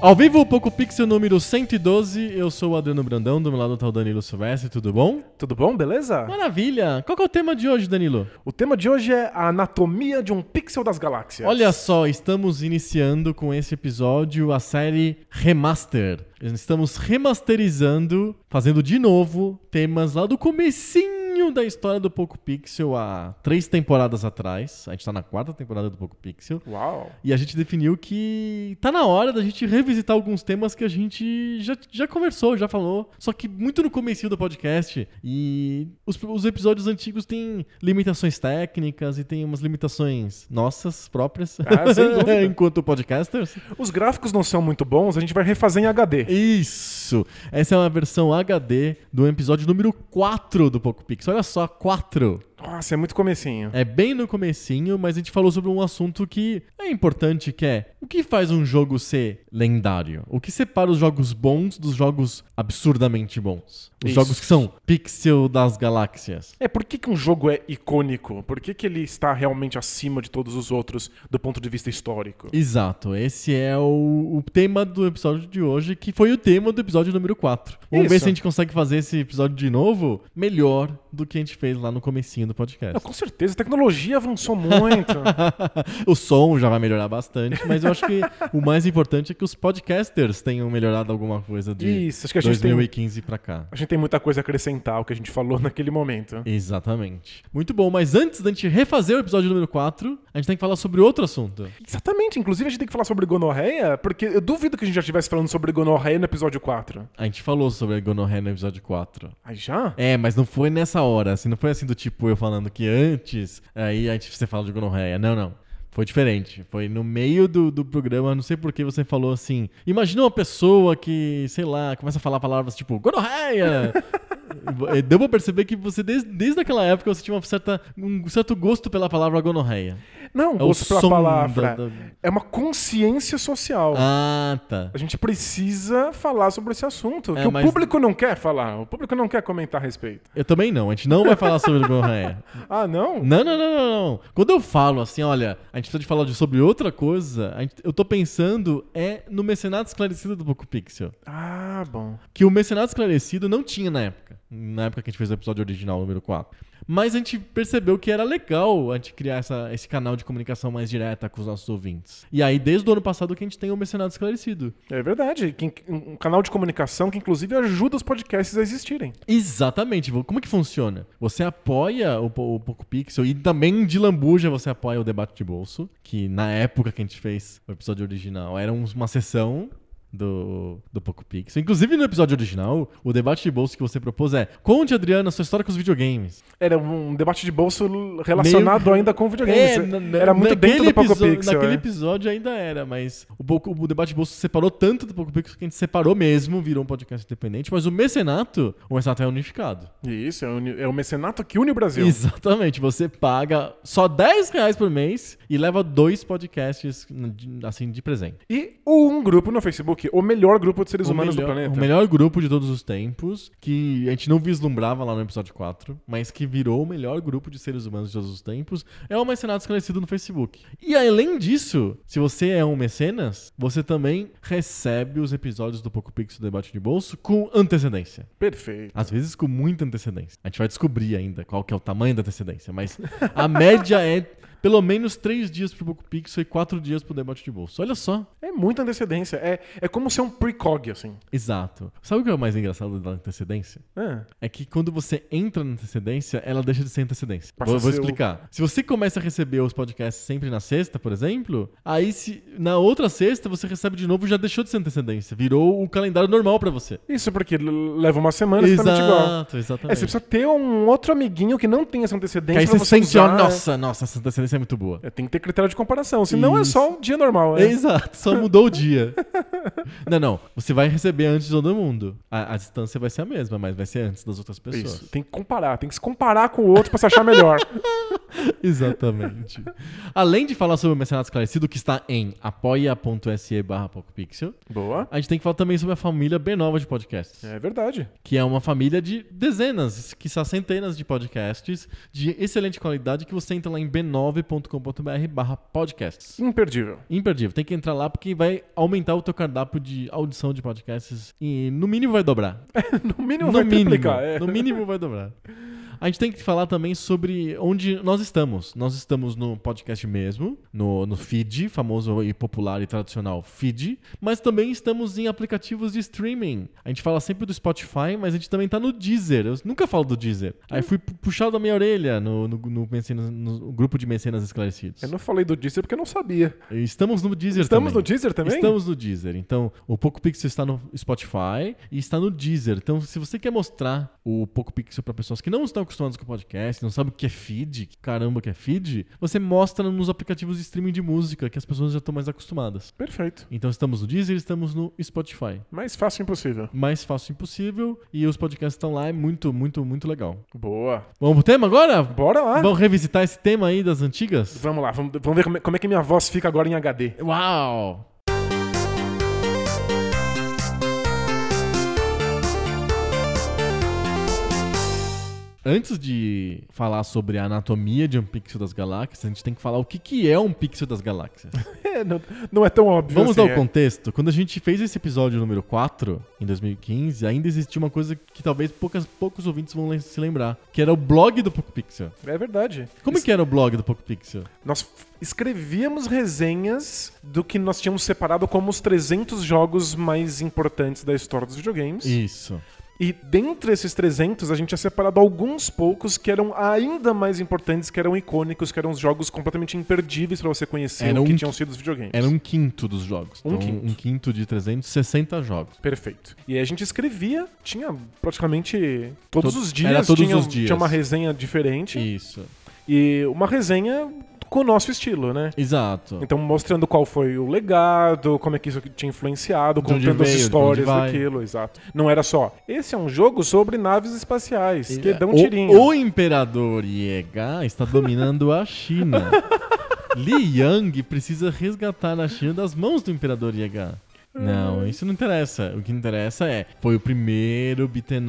Ao vivo, Poco Pixel número 112, eu sou o Adriano Brandão, do meu lado tá o Danilo Silvestre, tudo bom? Tudo bom, beleza? Maravilha! Qual que é o tema de hoje, Danilo? O tema de hoje é a anatomia de um pixel das galáxias. Olha só, estamos iniciando com esse episódio a série Remaster. Estamos remasterizando, fazendo de novo temas lá do comecinho da história do Poco Pixel há três temporadas atrás. A gente tá na quarta temporada do Poco Pixel. Uau. E a gente definiu que tá na hora da gente revisitar alguns temas que a gente já, já conversou, já falou, só que muito no comecinho do podcast. E os, os episódios antigos têm limitações técnicas e tem umas limitações nossas próprias. Ah, sem dúvida. Enquanto podcasters. Os gráficos não são muito bons, a gente vai refazer em HD. Isso! Essa é uma versão HD do episódio número 4 do Poco Pix. Olha só, 4. Nossa, é muito comecinho. É bem no comecinho, mas a gente falou sobre um assunto que é importante, que é o que faz um jogo ser lendário? O que separa os jogos bons dos jogos absurdamente bons? Os Isso. jogos que são pixel das galáxias. É, por que, que um jogo é icônico? Por que, que ele está realmente acima de todos os outros do ponto de vista histórico? Exato, esse é o, o tema do episódio de hoje, que foi o tema do episódio número 4. Vamos ver Isso. se a gente consegue fazer esse episódio de novo melhor do que a gente fez lá no comecinho do podcast. Não, com certeza, a tecnologia avançou muito. o som já vai melhorar bastante, mas eu acho que o mais importante é que os podcasters tenham melhorado alguma coisa de Isso, acho que a gente tem- 2015 pra cá. a gente tem muita coisa a acrescentar ao que a gente falou naquele momento. Exatamente. Muito bom, mas antes da gente refazer o episódio número 4, a gente tem que falar sobre outro assunto. Exatamente, inclusive a gente tem que falar sobre gonorreia, porque eu duvido que a gente já estivesse falando sobre gonorreia no episódio 4. A gente falou sobre a gonorreia no episódio 4. Aí já? É, mas não foi nessa hora, assim, não foi assim do tipo eu falando que antes, aí a gente, você fala de gonorreia. Não, não. Foi diferente. Foi no meio do, do programa, não sei por que você falou assim. Imagina uma pessoa que, sei lá, começa a falar palavras tipo gonorreia. Eh, Deu pra perceber que você, desde, desde aquela época, você tinha uma certa, um certo gosto pela palavra gonorreia. Não, É, o Um gosto pela som palavra. da- da- É uma consciência social. Ah, tá. A gente precisa falar sobre esse assunto. É, que mas- o público não quer falar. O público não quer comentar a respeito. Eu também não, a gente não vai falar sobre gonorreia. Ah, não? Não, não, não, não, não. Quando eu falo assim, olha, a gente precisa de falar de- sobre outra coisa, a gente- eu tô pensando é no Mecenato Esclarecido do Poco Pixel. Ah, bom. Que o Mecenato Esclarecido não tinha na época. Na época que a gente fez o episódio original, número 4. Mas a gente percebeu que era legal a gente criar essa- esse canal de comunicação mais direta com os nossos ouvintes. E aí, desde o ano passado que a gente tem o Mecenato Esclarecido. É verdade. Que- Um canal de comunicação que, inclusive, ajuda os podcasts a existirem. Exatamente. Vo- Como é que funciona? Você apoia o, Po- o Poco Pixel e também de lambuja você apoia o debate de bolso, que na época que a gente fez o episódio original era um- uma sessão do, do Poco Pixel. Inclusive no episódio original, o debate de bolso que você propôs é Conte, Adriana, sua história com os videogames. Era um debate de bolso relacionado Meio- ainda com o videogame. Isso É, na- na- Era muito naquele dentro do Poco episódio- Pixel. Naquele é. episódio ainda era, mas o, Poco- o debate de bolso separou tanto do Poco Pixel que a gente separou mesmo, virou um podcast independente, mas o mecenato, o mecenato é unificado. Isso, é o, uni- é o mecenato que une o Brasil. Exatamente, você paga só 10 reais por mês e leva dois podcasts de- assim de presente. E um grupo no Facebook, o melhor grupo de seres humanos melhor, do planeta. o melhor grupo de todos os tempos, que a gente não vislumbrava lá no episódio 4, mas que virou o melhor grupo de seres humanos de todos os tempos, é o Mecenato Esclarecido no Facebook. E além disso, se você é um mecenas, você também recebe os episódios do Poco Pixel Debate de Bolso com antecedência. Perfeito. Às vezes com muita antecedência. A gente vai descobrir ainda qual que é o tamanho da antecedência, mas a média é pelo menos três dias pro Boco Pixel e quatro dias pro debate de bolso. Olha só. É muita antecedência. É, é como ser um precog, assim. Exato. Sabe o que é o mais engraçado da antecedência? É. É que quando você entra na antecedência, ela deixa de ser antecedência. Passa Vou, vou a ser o- explicar. Se você começa a receber os podcasts sempre na sexta, por exemplo, aí se na outra sexta você recebe de novo, já deixou de ser antecedência. Virou o calendário normal pra você. Isso porque l- leva uma semana e exatamente igual. Exato, exatamente. É, você precisa ter um outro amiguinho que não tem essa Que antecedência. aí pra você sente, usar. ó, nossa, nossa, essa antecedência é muito boa. É, tem que ter critério de comparação, senão Isso. é só um dia normal. É. Exato, só mudou o dia. não, não. Você vai receber antes de todo mundo. A, a distância vai ser a mesma, mas vai ser antes das outras pessoas. É Isso. Tem que comparar, tem que se comparar com o outro pra se achar melhor. Exatamente. Além de falar sobre o Mercenário Esclarecido, que está em apoia.se barra PocoPixel, Boa. a gente tem que falar também sobre a família bem nova de podcasts. É verdade. Que é uma família de dezenas, quiçá centenas de podcasts de excelente qualidade que você entra lá em b9.com.br barra podcasts. Imperdível. Imperdível. Tem que entrar lá porque vai aumentar o teu cardápio de audição de podcasts e no mínimo vai dobrar. No mínimo no É, vai mínimo. triplicar. É. No mínimo vai dobrar. A gente tem que falar também sobre onde nós estamos. Nós estamos no podcast mesmo, no, no feed, famoso e popular e tradicional feed, mas também estamos em aplicativos de streaming. A gente fala sempre do Spotify, mas a gente também tá no Deezer. Eu nunca falo do Deezer. Aí fui pu- puxado da minha orelha no, no, no mecenas- no grupo de mecenas esclarecidos. Eu não falei do Deezer porque eu não sabia. Estamos no é. Deezer Estamos também. no Deezer também? Estamos no Deezer. Então, o Poco Pixel está no Spotify e está no Deezer. Então, se você quer mostrar o Poco Pixel para pessoas que não estão acostumadas com podcast, não sabem o que é feed, que caramba que é feed, você mostra nos aplicativos de streaming de música que as pessoas já estão mais acostumadas. Perfeito. Então, estamos no Deezer, estamos no Spotify. Mais fácil impossível. Mais fácil impossível e os podcasts estão lá, é muito, muito, muito legal. Boa. Vamos pro tema agora? Bora lá. Vamos revisitar esse tema aí das antigas? Vamos lá, vamos, vamos ver como é, como é que minha voz fica agora em HD. Uau! Antes de falar sobre a anatomia de um pixel das galáxias, a gente tem que falar o que, que é um pixel das galáxias. É, não, não é tão óbvio Vamos assim, dar o é. contexto? Quando a gente fez esse episódio número 4, em 2015, ainda existia uma coisa que talvez poucas, poucos ouvintes vão lem- se lembrar, que era o blog do PocoPixel. É verdade. Como é que era o blog do PocoPixel? Nós f- escrevíamos resenhas do que nós tínhamos separado como os 300 jogos mais importantes da história dos videogames. E, Isso. dentre esses 300, a gente tinha separado alguns poucos que eram ainda mais importantes, que eram icônicos, que eram os jogos completamente imperdíveis pra você conhecer Era o que um tinham sido os videogames. Era um quinto dos jogos. Um Então, quinto. um quinto de 360 jogos. Perfeito. E aí a gente escrevia, tinha praticamente todos Todo- os dias, era todos tinha, um, os dias. tinha uma resenha diferente Isso. e uma resenha com o nosso estilo, né? Exato. Então mostrando qual foi o legado, como é que isso tinha influenciado, De onde contando as veio, de histórias onde vai. daquilo, exato. Não era só, esse é um jogo sobre naves espaciais, Então, que dão é, um O- tirinho. O, imperador Iega está dominando a China. Li Yang precisa resgatar a China das mãos do imperador Iega. Não, isso não interessa. O que interessa é, foi o primeiro beaten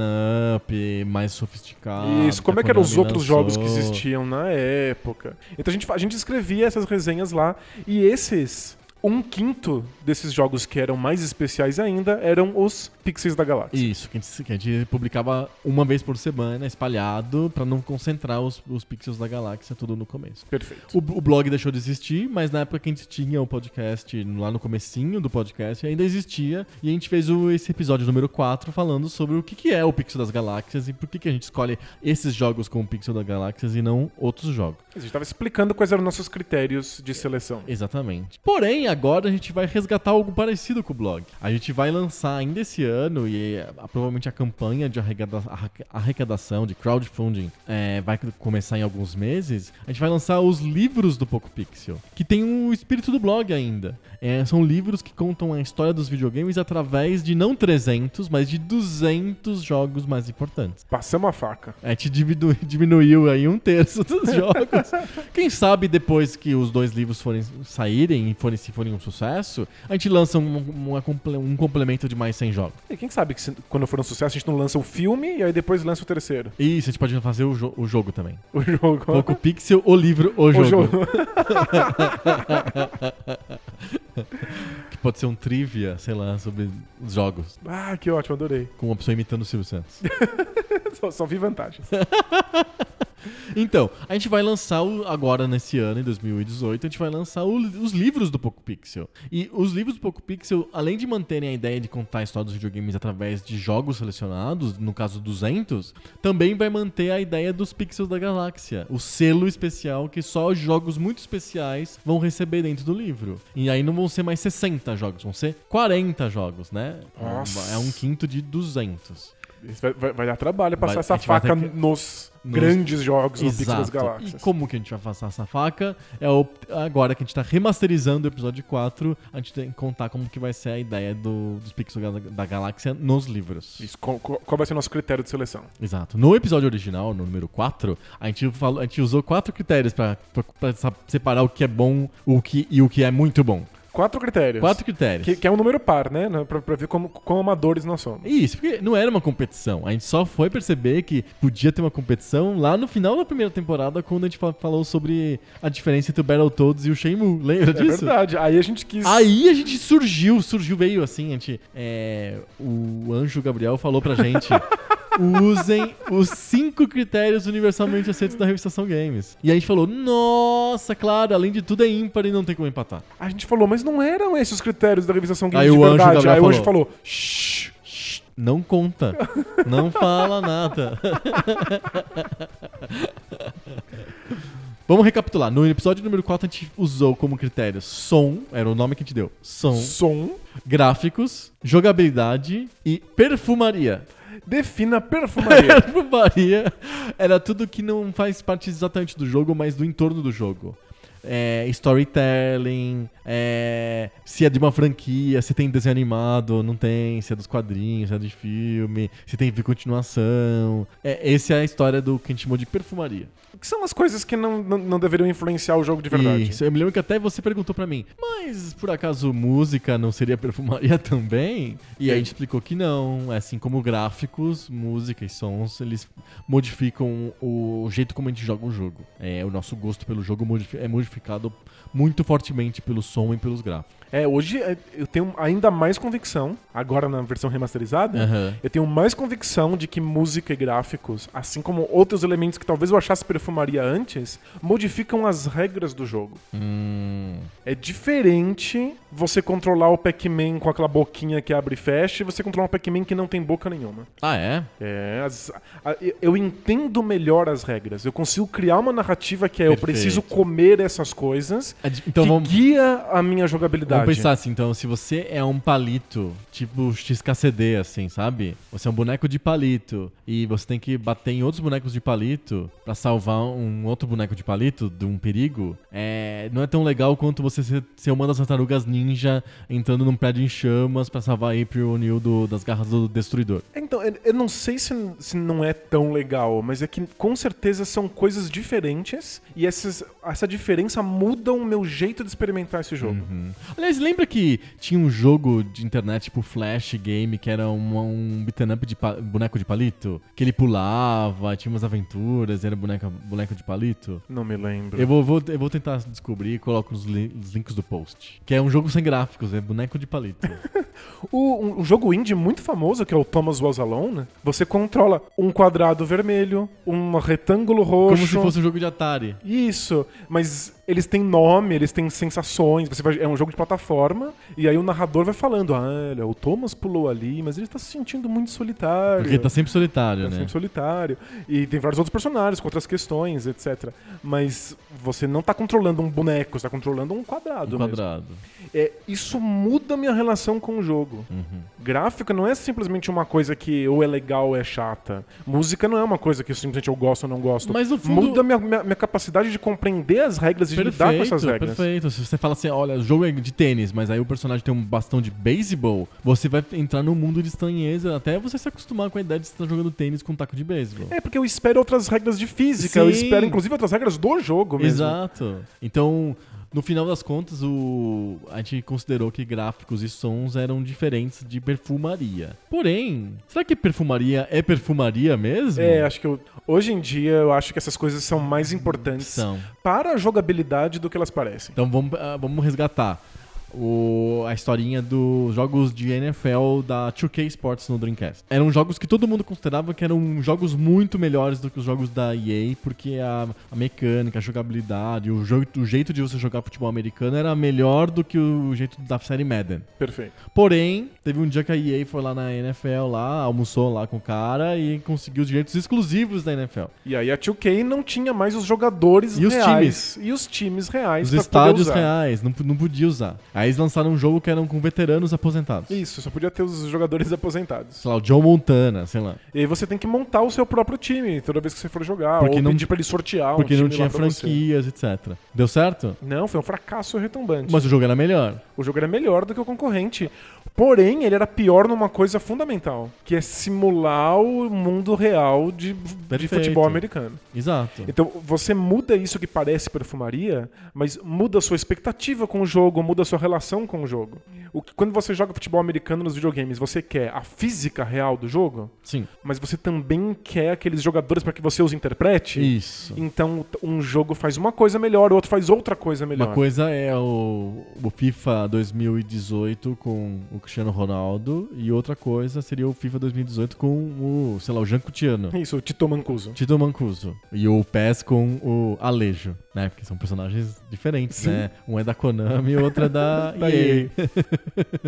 up mais sofisticado. Isso, como é que eram os Konami outros jogos que tá, lançou. existiam na época? Então a gente, fa- a gente escrevia essas resenhas lá e esses. Um quinto desses jogos que eram mais especiais ainda eram os Pixies da Galáxia. Isso, que a, gente, que a gente publicava uma vez por semana, espalhado, pra não concentrar os, os pixels da galáxia tudo no começo. Perfeito. O, o blog deixou de existir, mas na época que a gente tinha o podcast, lá no comecinho do podcast, ainda existia. E a gente fez o- esse episódio número 4 falando sobre o que, que é o Pixel das Galáxias e por que, que a gente escolhe esses jogos como Pixel das Galáxias e não outros jogos. A gente estava explicando quais eram nossos critérios de seleção. Exatamente. Porém, agora a gente vai resgatar algo parecido com o blog. A gente vai lançar ainda esse ano e eh, provavelmente a campanha de arrecada- arreca- arrecadação, de crowdfunding, eh, vai começar em alguns meses. A gente vai lançar os livros do Poco Pixel, que tem o espírito do blog ainda. Eh, são livros que contam a história dos videogames através de não 300, mas de 200 jogos mais importantes. Passamos a faca. É, te diminu- diminuiu aí um terço dos jogos. Quem sabe depois que os dois livros forem saírem e forem, se forem um sucesso, a gente lança um, uma comple- um complemento de mais 100 jogos. E quem sabe que se- quando for um sucesso a gente não lança o filme e aí depois lança o terceiro. Isso, a gente pode fazer o, jo- o jogo também. O jogo. Poco Pixel, o livro, o jogo. O jogo. Que pode ser um trivia, sei lá, sobre os jogos. Ah, que ótimo, adorei. Com uma pessoa imitando o Silvio Santos. Só, só vi vantagens. Então, a gente vai lançar o- agora nesse ano, em 2018, a gente vai lançar o- os livros do Poco Pixel. E os livros do Poco Pixel, além de manterem a ideia de contar a história dos videogames através de jogos selecionados, no caso 200, também vai manter a ideia dos Pixels da Galáxia, o selo especial que só jogos muito especiais vão receber dentro do livro. E aí não vão ser mais 60 jogos, vão ser 40 jogos, né? Nossa. É um quinto de 200. Isso Vai, vai- vai dar trabalho passar Vai- a essa gente vai faca ter que- nos, nos- grandes jogos no Pixel das Exato. Galáxias. E como que a gente vai passar essa faca? É o- agora que a gente tá remasterizando o episódio 4, a gente tem que contar como que vai ser a ideia do- dos pixels da, da galáxia nos livros. Isso, qual, qual- qual vai ser o nosso critério de seleção? Exato. No episódio original, no número 4, a gente, falou, a gente usou quatro critérios pra pra sa- separar o que é bom o que, e o que é muito bom. Quatro critérios. Quatro critérios. Que, que é um número par, né? né, Pra, pra ver como, quão amadores nós somos. Isso, porque não era uma competição. A gente só foi perceber que podia ter uma competição lá no final da primeira temporada, quando a gente fa- falou sobre a diferença entre o Battletoads e o Shenmue. Lembra É disso? verdade. Aí a gente quis. Aí a gente surgiu, surgiu, veio assim, a gente. é, o anjo Gabriel falou pra gente. Usem os cinco critérios universalmente aceitos da revistação Games. E a gente falou, nossa, claro, além de tudo é ímpar e não tem como empatar. A gente falou, mas não eram esses os critérios da revisação Games Aí de o anjo verdade. Gabriel Aí o falou. anjo falou, shh. Shh, Não conta. Não fala nada. Vamos recapitular. No episódio número 4, a gente usou como critério som, era o nome que a gente deu. Som, Som. gráficos, jogabilidade e perfumaria. Defina perfumaria. Perfumaria era tudo que não faz parte exatamente do jogo, mas do entorno do jogo. É, storytelling, é, se é de uma franquia, se tem desenho animado, não tem, se é dos quadrinhos, se é de filme, se tem continuação. É, essa é a história do que a gente chamou de perfumaria. que são as coisas que não, não, não deveriam influenciar o jogo de verdade. Isso, eu me lembro que até você perguntou pra mim, mas por acaso música não seria perfumaria também? E aí a gente explicou que não, assim como gráficos, música e sons, eles modificam o jeito como a gente joga o jogo. É, o nosso gosto pelo jogo modifi- é modificado muito fortemente pelo som e pelos gráficos. É, hoje é, eu tenho ainda mais convicção, agora na versão remasterizada, Aham. eu tenho mais convicção de que música e gráficos, assim como outros elementos que talvez eu achasse perfumaria antes, modificam as regras do jogo. Hum, É diferente você controlar o Pac-Man com aquela boquinha que abre e fecha e você controlar um Pac-Man que não tem boca nenhuma. Ah, é? É, as- a- eu- eu entendo melhor as regras. Eu consigo criar uma narrativa que é eu Perfeito. preciso comer essas coisas É de- Então que vamos. guia a minha jogabilidade. Vamos pensar assim, então, se você é um palito, tipo XKCD, assim, sabe? Você é um boneco de palito e você tem que bater em outros bonecos de palito pra salvar um outro boneco de palito de um perigo, é, não é tão legal quanto você ser, ser uma das tartarugas ninja entrando num prédio em chamas pra salvar a April O'Neil do- das garras do Destruidor. Então, eu, eu não sei se, se não é tão legal, mas é que com certeza são coisas diferentes e essas, essa diferença muda o meu jeito de experimentar esse jogo. Uhum. Aliás, lembra que tinha um jogo de internet tipo Flash Game que era um, um beat'em up de pa- boneco de palito? Que ele pulava, tinha umas aventuras, era boneca, boneco de palito? Não me lembro. Eu vou, vou- eu vou tentar descobrir e coloco os, li- os links do post. Que é um jogo sem gráficos, é boneco de palito. O, um, um jogo indie muito famoso, que é o Thomas Was Alone, você controla um quadrado vermelho, um retângulo roxo. Como se fosse um jogo de Atari. Isso, mas eles têm nome, eles têm sensações. Você vai- é um jogo de plataforma e aí o narrador vai falando: ah, olha, o Thomas pulou ali, mas ele tá se sentindo muito solitário. Porque tá sempre solitário, Tá né? sempre solitário. E tem vários outros personagens com outras questões, etc. Mas você não tá controlando um boneco, você tá controlando um quadrado. Um mesmo. quadrado. É, isso muda a minha relação com o jogo. Gráfico não é simplesmente uma coisa que ou é legal ou é chata. Música não é uma coisa que simplesmente eu gosto ou não gosto. Mas no fundo- Muda a minha, minha, minha capacidade de compreender as regras e de lidar com essas regras. perfeito. Se você fala assim, olha, o jogo é de tênis, mas aí o personagem tem um bastão de beisebol, você vai entrar num mundo de estranheza até você se acostumar com a ideia de estar jogando tênis com um taco de beisebol. É, porque eu espero outras regras de física, eu Sim. espero inclusive outras regras do jogo É mesmo. Exato. Então, no final das contas, o... a gente considerou que gráficos e sons eram diferentes de perfumaria. Porém, será que perfumaria é perfumaria mesmo? É, acho que eu- hoje em dia eu acho que essas coisas são mais importantes São. para a jogabilidade do que elas parecem. Então vamos, ah, vamos resgatar. o- a historinha dos jogos de NFL da 2K Sports no Dreamcast. Eram jogos que todo mundo considerava que eram jogos muito melhores do que os jogos da EA, porque a, a mecânica, a jogabilidade, o, jo- o jeito de você jogar futebol americano era melhor do que o jeito da série Madden. Perfeito. Porém, teve um dia que a EA foi lá na NFL, lá, almoçou lá com o cara e conseguiu os direitos exclusivos da NFL. E aí a 2K não tinha mais os jogadores E os reais. E os times reais. Os pra estádios poder usar. reais, não, não podia usar. Aí eles lançaram um jogo que eram com veteranos aposentados. Isso, só podia ter os jogadores aposentados. Sei lá, o Joe Montana, sei lá. E aí você tem que montar o seu próprio time toda vez que você for jogar. Porque ou não- pedir pra ele sortear porque um não time lá tinha pra você. franquias, etc. Deu certo? Não, foi um fracasso retumbante. Mas o jogo era melhor. O jogo era melhor do que o concorrente. Porém, ele era pior numa coisa fundamental, que é simular o mundo real de, de Perfeito. futebol americano. Exato. Então, você muda isso que parece perfumaria, mas muda a sua expectativa com o jogo, muda a sua relação com o jogo. O que, quando você joga futebol americano nos videogames, você quer a física real do jogo, Sim. mas você também quer aqueles jogadores para que você os interprete. Isso. Então, um jogo faz uma coisa melhor, o outro faz outra coisa melhor. Uma coisa é o, o FIFA 2018 com o Cristiano Ronaldo e outra coisa seria o FIFA 2018 com o, sei lá, o Jean Cutiano. Isso, o Tito Mancuso. Tito Mancuso e o PES com o Alejo, né? Porque são personagens diferentes, né? Um é da Konami e o outro é da, Da EA.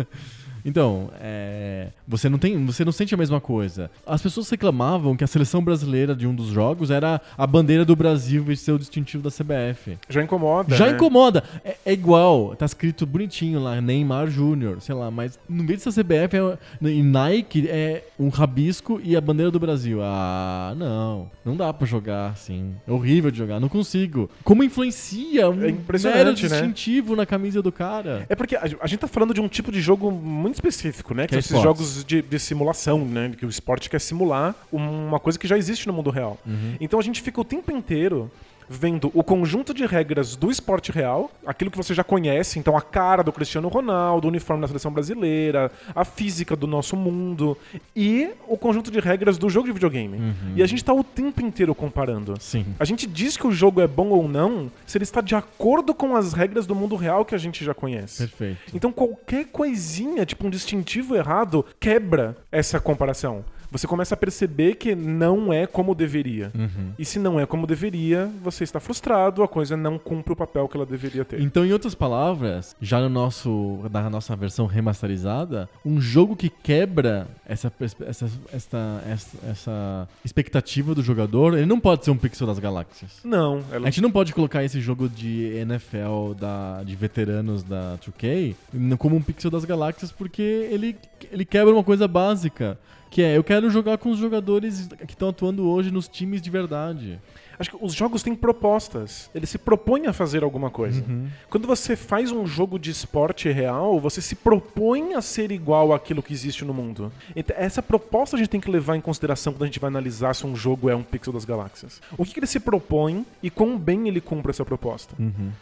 Então, é, você não tem, você não sente a mesma coisa. As pessoas reclamavam que a seleção brasileira de um dos jogos era a bandeira do Brasil e seu distintivo da CBF. Já incomoda. Já né? incomoda. É, é igual, tá escrito bonitinho lá, Neymar Júnior, sei lá, mas no meio dessa CBF é, e Nike é um rabisco e a bandeira do Brasil. Ah, não. Não dá pra jogar assim. É horrível de jogar, não consigo. Como influencia um É impressionante, mero né? distintivo na camisa do cara. É porque a, a gente tá falando de um tipo de jogo muito específico, né? Que, Que é são esses esportes. jogos de, de simulação, né? Que o esporte quer simular um, uma coisa que já existe no mundo real. Uhum. Então a gente fica o tempo inteiro vendo o conjunto de regras do esporte real, aquilo que você já conhece, então a cara do Cristiano Ronaldo, o uniforme da seleção brasileira, a física do nosso mundo e o conjunto de regras do jogo de videogame. Uhum. E a gente tá o tempo inteiro comparando. Sim. A gente diz que o jogo é bom ou não se ele está de acordo com as regras do mundo real que a gente já conhece. Perfeito. Então qualquer coisinha, tipo um distintivo errado, quebra essa comparação. Você começa a perceber que não é como deveria. Uhum. E se não é como deveria, você está frustrado, a coisa não cumpre o papel que ela deveria ter. Então, em outras palavras, já no nosso, na nossa versão remasterizada, um jogo que quebra essa, pers- essa, essa, essa, essa expectativa do jogador, ele não pode ser um pixel das galáxias. Não, ela A gente não pode colocar esse jogo de NFL da, de veteranos da 2K n- como um pixel das galáxias, porque ele, ele quebra uma coisa básica. Que é, eu quero jogar com os jogadores que estão atuando hoje nos times de verdade. Acho que os jogos têm propostas. Eles se propõem a fazer alguma coisa. Quando você faz um jogo de esporte real, você se propõe a ser igual àquilo que existe no mundo. Então, essa proposta a gente tem que levar em consideração quando a gente vai analisar se um jogo é um pixel das galáxias. O que, que ele se propõe e quão bem ele cumpre essa proposta.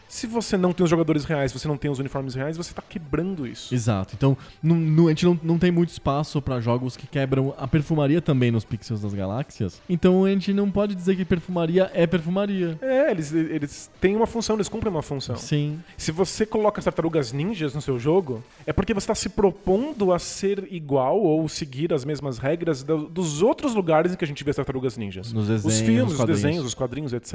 Se você não tem os jogadores reais, você não tem os uniformes reais, você está quebrando isso. Exato. Então, não- não- a gente não, não tem muito espaço pra jogos que quebram a perfumaria também nos pixels das galáxias. Então, a gente não pode dizer que perfumaria é perfumaria. É, eles, eles têm uma função, eles cumprem uma função. Sim. Se você coloca as tartarugas ninjas no seu jogo, é porque você está se propondo a ser igual ou seguir as mesmas regras do- dos outros lugares em que a gente vê as tartarugas ninjas. Nos desenhos, os filmes, os os quadrinhos. desenhos, os quadrinhos, etc.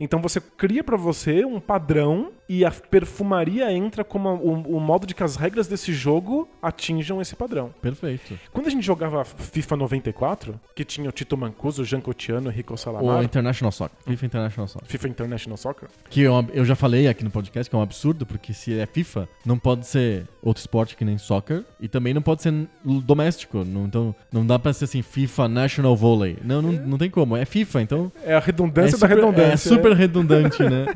Então você cria pra você um padrão e a perfumaria entra como a- o, o modo de que as regras desse jogo atinjam esse padrão. Perfeito. Quando a gente jogava FIFA 94, que tinha o Tito Mancuso, o Jean Cotiano e Rico Salamar, Ou International Soccer. FIFA International Soccer. FIFA International Soccer, Que eu, eu já falei aqui no podcast que é um absurdo, porque se é FIFA, não pode ser outro esporte que nem soccer e também não pode ser n- doméstico. Não, então, não dá pra ser assim, FIFA National Volley. Não, não, não tem como. É FIFA, então. é a é redundância da super- redundância. né? É super redundante, né?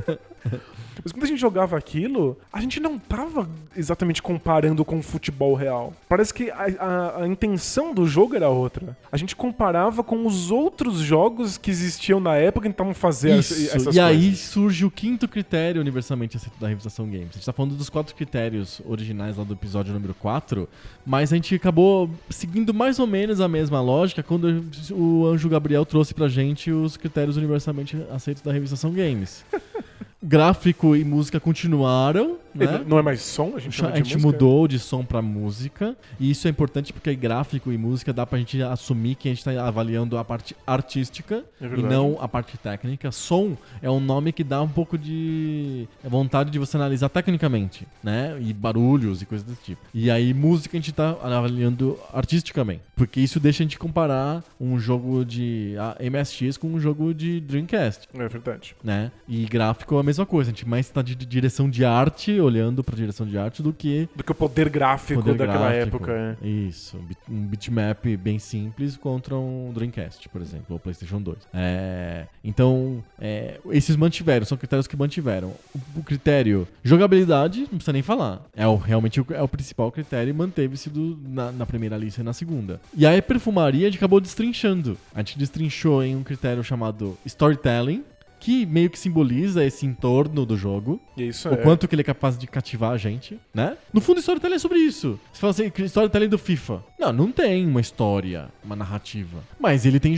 Mas quando a gente jogava aquilo, a gente não tava exatamente comparando com o futebol real. Parece que a, a- a intenção do jogo era outra. A gente comparava com os outros jogos que existiam na época e tentavam fazer essa- Isso. essas e coisas. aí surge o quinto critério universalmente aceito da revistação games. A gente tá falando dos quatro critérios originais lá do episódio número 4, mas a gente acabou seguindo mais ou menos a mesma lógica quando o Anjo Gabriel trouxe pra gente os critérios universalmente aceitos da revistação games. Gráfico e música continuaram, né? Não é mais som? A gente, chama a de gente música? mudou de som pra música, e isso é importante porque gráfico e música dá pra gente assumir que a gente tá avaliando a parte artística É e verdade. não a parte técnica. Som é um nome que dá um pouco de é vontade de você analisar tecnicamente, né? E barulhos e coisas desse tipo. E aí música a gente tá avaliando artisticamente, porque isso deixa a gente comparar um jogo de ah, MSX com um jogo de Dreamcast É verdade. né? E gráfico é a mesma coisa, a gente mais tá de de direção de arte, olhando pra direção de arte, do que Do que o poder gráfico poder daquela gráfico. época. é. Isso, um bit- um bitmap bem simples contra um Dreamcast, por exemplo, ou PlayStation 2. É, então, é, esses mantiveram, são critérios que mantiveram. O, o critério jogabilidade, não precisa nem falar, é o, realmente o- é o principal critério e manteve-se do- na, na primeira lista e na segunda. E aí, perfumaria, a gente acabou destrinchando. A gente destrinchou em um critério chamado storytelling. Que meio que simboliza esse entorno do jogo E isso o é. quanto que ele é capaz de cativar a gente, né? No fundo, storytelling é sobre isso. Você fala assim, que storytelling do FIFA. Não, não tem uma história, uma narrativa. Mas ele tem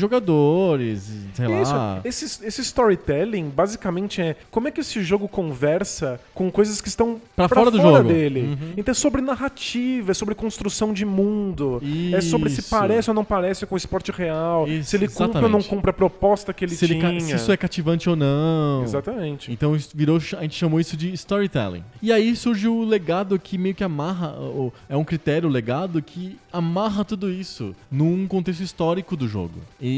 jogadores, sei E é isso, lá. esse, esse storytelling basicamente é como é que esse jogo conversa com coisas que estão Pra fora do jogo. Uhum. dele. Então é sobre narrativa, é sobre construção de mundo, é sobre se Isso. parece ou não parece com o esporte real, Isso, se ele cumpre ou exatamente. não cumpre a proposta que ele se, ele tinha. ca- se isso é cativante ou não. Exatamente. Então isso virou, a gente chamou isso de storytelling. E aí surge o legado que meio que amarra, ou é um critério o legado que amarra tudo isso num contexto histórico do jogo. E,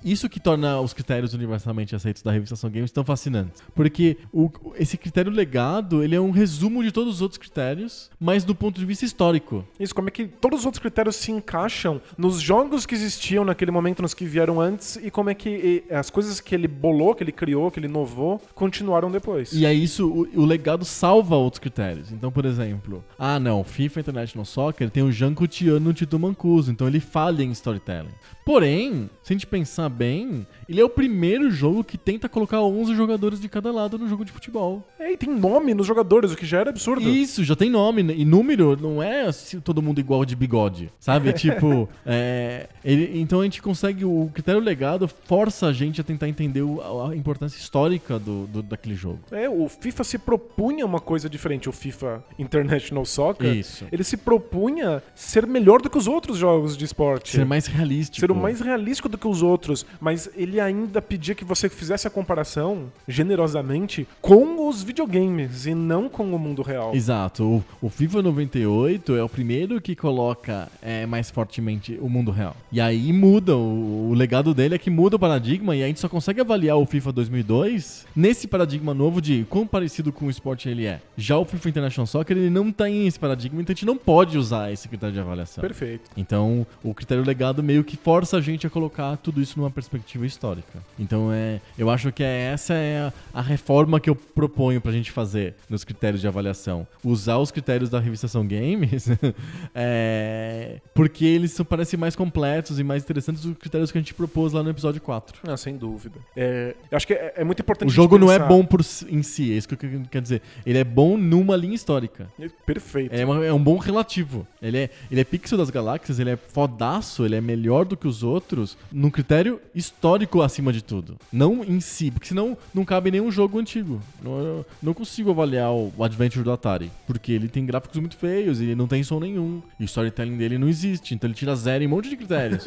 e- e isso que torna os critérios universalmente aceitos da revista Ação Games tão fascinantes. Porque o- esse critério legado, ele é um resumo de todos os outros critérios, mas do ponto de vista histórico. Isso, como é que todos os outros critérios se encaixam nos jogos que existiam naquele momento, nos que vieram antes, e como é que e, as coisas que ele bolou, que ele criou, que ele inovou, continuaram depois. E aí isso, o, o legado salva outros critérios. Então, por exemplo, ah não, FIFA International Soccer tem o Jean Coutinho no Tito Mancuso, então ele falha em storytelling. Porém, se a gente pensar bem, ele é o primeiro jogo que tenta colocar 11 jogadores de cada lado no jogo de futebol. É, e tem nome nos jogadores, o que já era absurdo. Isso, já tem nome né? e número, não é assim, todo mundo igual de bigode, sabe? Tipo, é, ele- então a gente consegue, o critério legado força a gente a tentar entender o- a a importância histórica do, do- daquele jogo. É, o FIFA se propunha uma coisa diferente. O FIFA International Soccer, Isso. ele se propunha ser melhor do que os outros jogos de esporte. Ser mais tipo. realístico. Ser o mais realístico do que os outros, mas ele ainda pedia que você fizesse a comparação, generosamente, com os videogames e não com o mundo real. Exato. O, o FIFA 98 é o primeiro que coloca é, mais fortemente o mundo real. E aí muda, o, o legado dele é que muda o paradigma e a gente só consegue avaliar o FIFA 2002 nesse paradigma novo de quão parecido com o esporte ele é. Já o FIFA International Soccer, ele não tem esse paradigma, então a gente não pode usar esse critério de avaliação. Perfeito. Então, o critério legado meio que força a gente a colocar tudo isso numa perspectiva histórica. Então, é, eu acho que é, essa é a, a reforma que eu proponho pra gente fazer nos critérios de avaliação. Usar os critérios da revista São Games, é, porque eles são- parecem mais completos e mais interessantes do que os critérios que a gente propôs lá no episódio 4. Ah, sem dúvida. É, eu acho que é, é muito O importante. a gente jogo não é pensar- bom por, si- em si, é isso que eu que- quero dizer. Ele é bom numa linha histórica. É, Perfeito. Ele é, uma- é um bom relativo. Ele é, ele é pixel das galáxias, ele é fodaço, ele é melhor do que os outros num critério histórico acima de tudo. Não em si, porque senão não cabe nenhum jogo antigo. Não, eu não consigo avaliar o Adventure do Atari, porque ele tem gráficos muito feios e ele não tem som nenhum. E o storytelling dele não existe, então ele tira zero em um monte de critérios.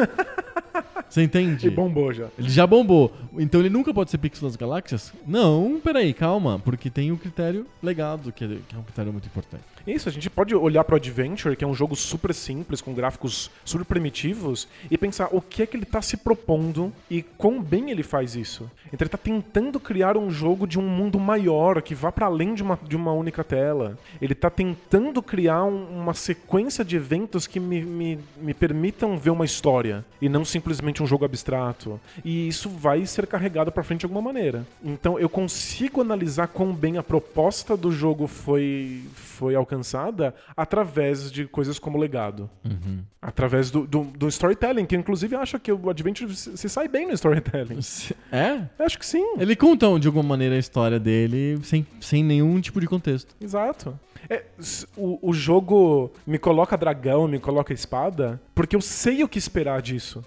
Você entende? E bombou já. Ele já bombou. Então ele nunca pode ser Pixel das Galáxias? Não, peraí, calma. Porque tem o critério legado, que é- que é um critério muito importante. Isso, a gente pode olhar pro Adventure, que é um jogo super simples, com gráficos super primitivos, e pensar o que é que ele tá se propondo e quão bem ele faz isso. Então ele tá tentando criar um jogo de um mundo maior, que vá para além de uma, de uma única tela. Ele tá tentando criar um- uma sequência de eventos que me, me, me permitam ver uma história, e não simplesmente um jogo abstrato. E isso vai ser carregado pra frente de alguma maneira. Então eu consigo analisar quão bem a proposta do jogo foi, foi alcançada através de coisas como legado. Através do, do, do storytelling, que eu inclusive acho que o Adventure se, se sai bem no storytelling. É? Eu acho que sim, Ele conta de alguma maneira a história dele sem, sem nenhum tipo de contexto. exato. É, s- o, o jogo me coloca dragão, me coloca espada, porque eu sei o que esperar disso.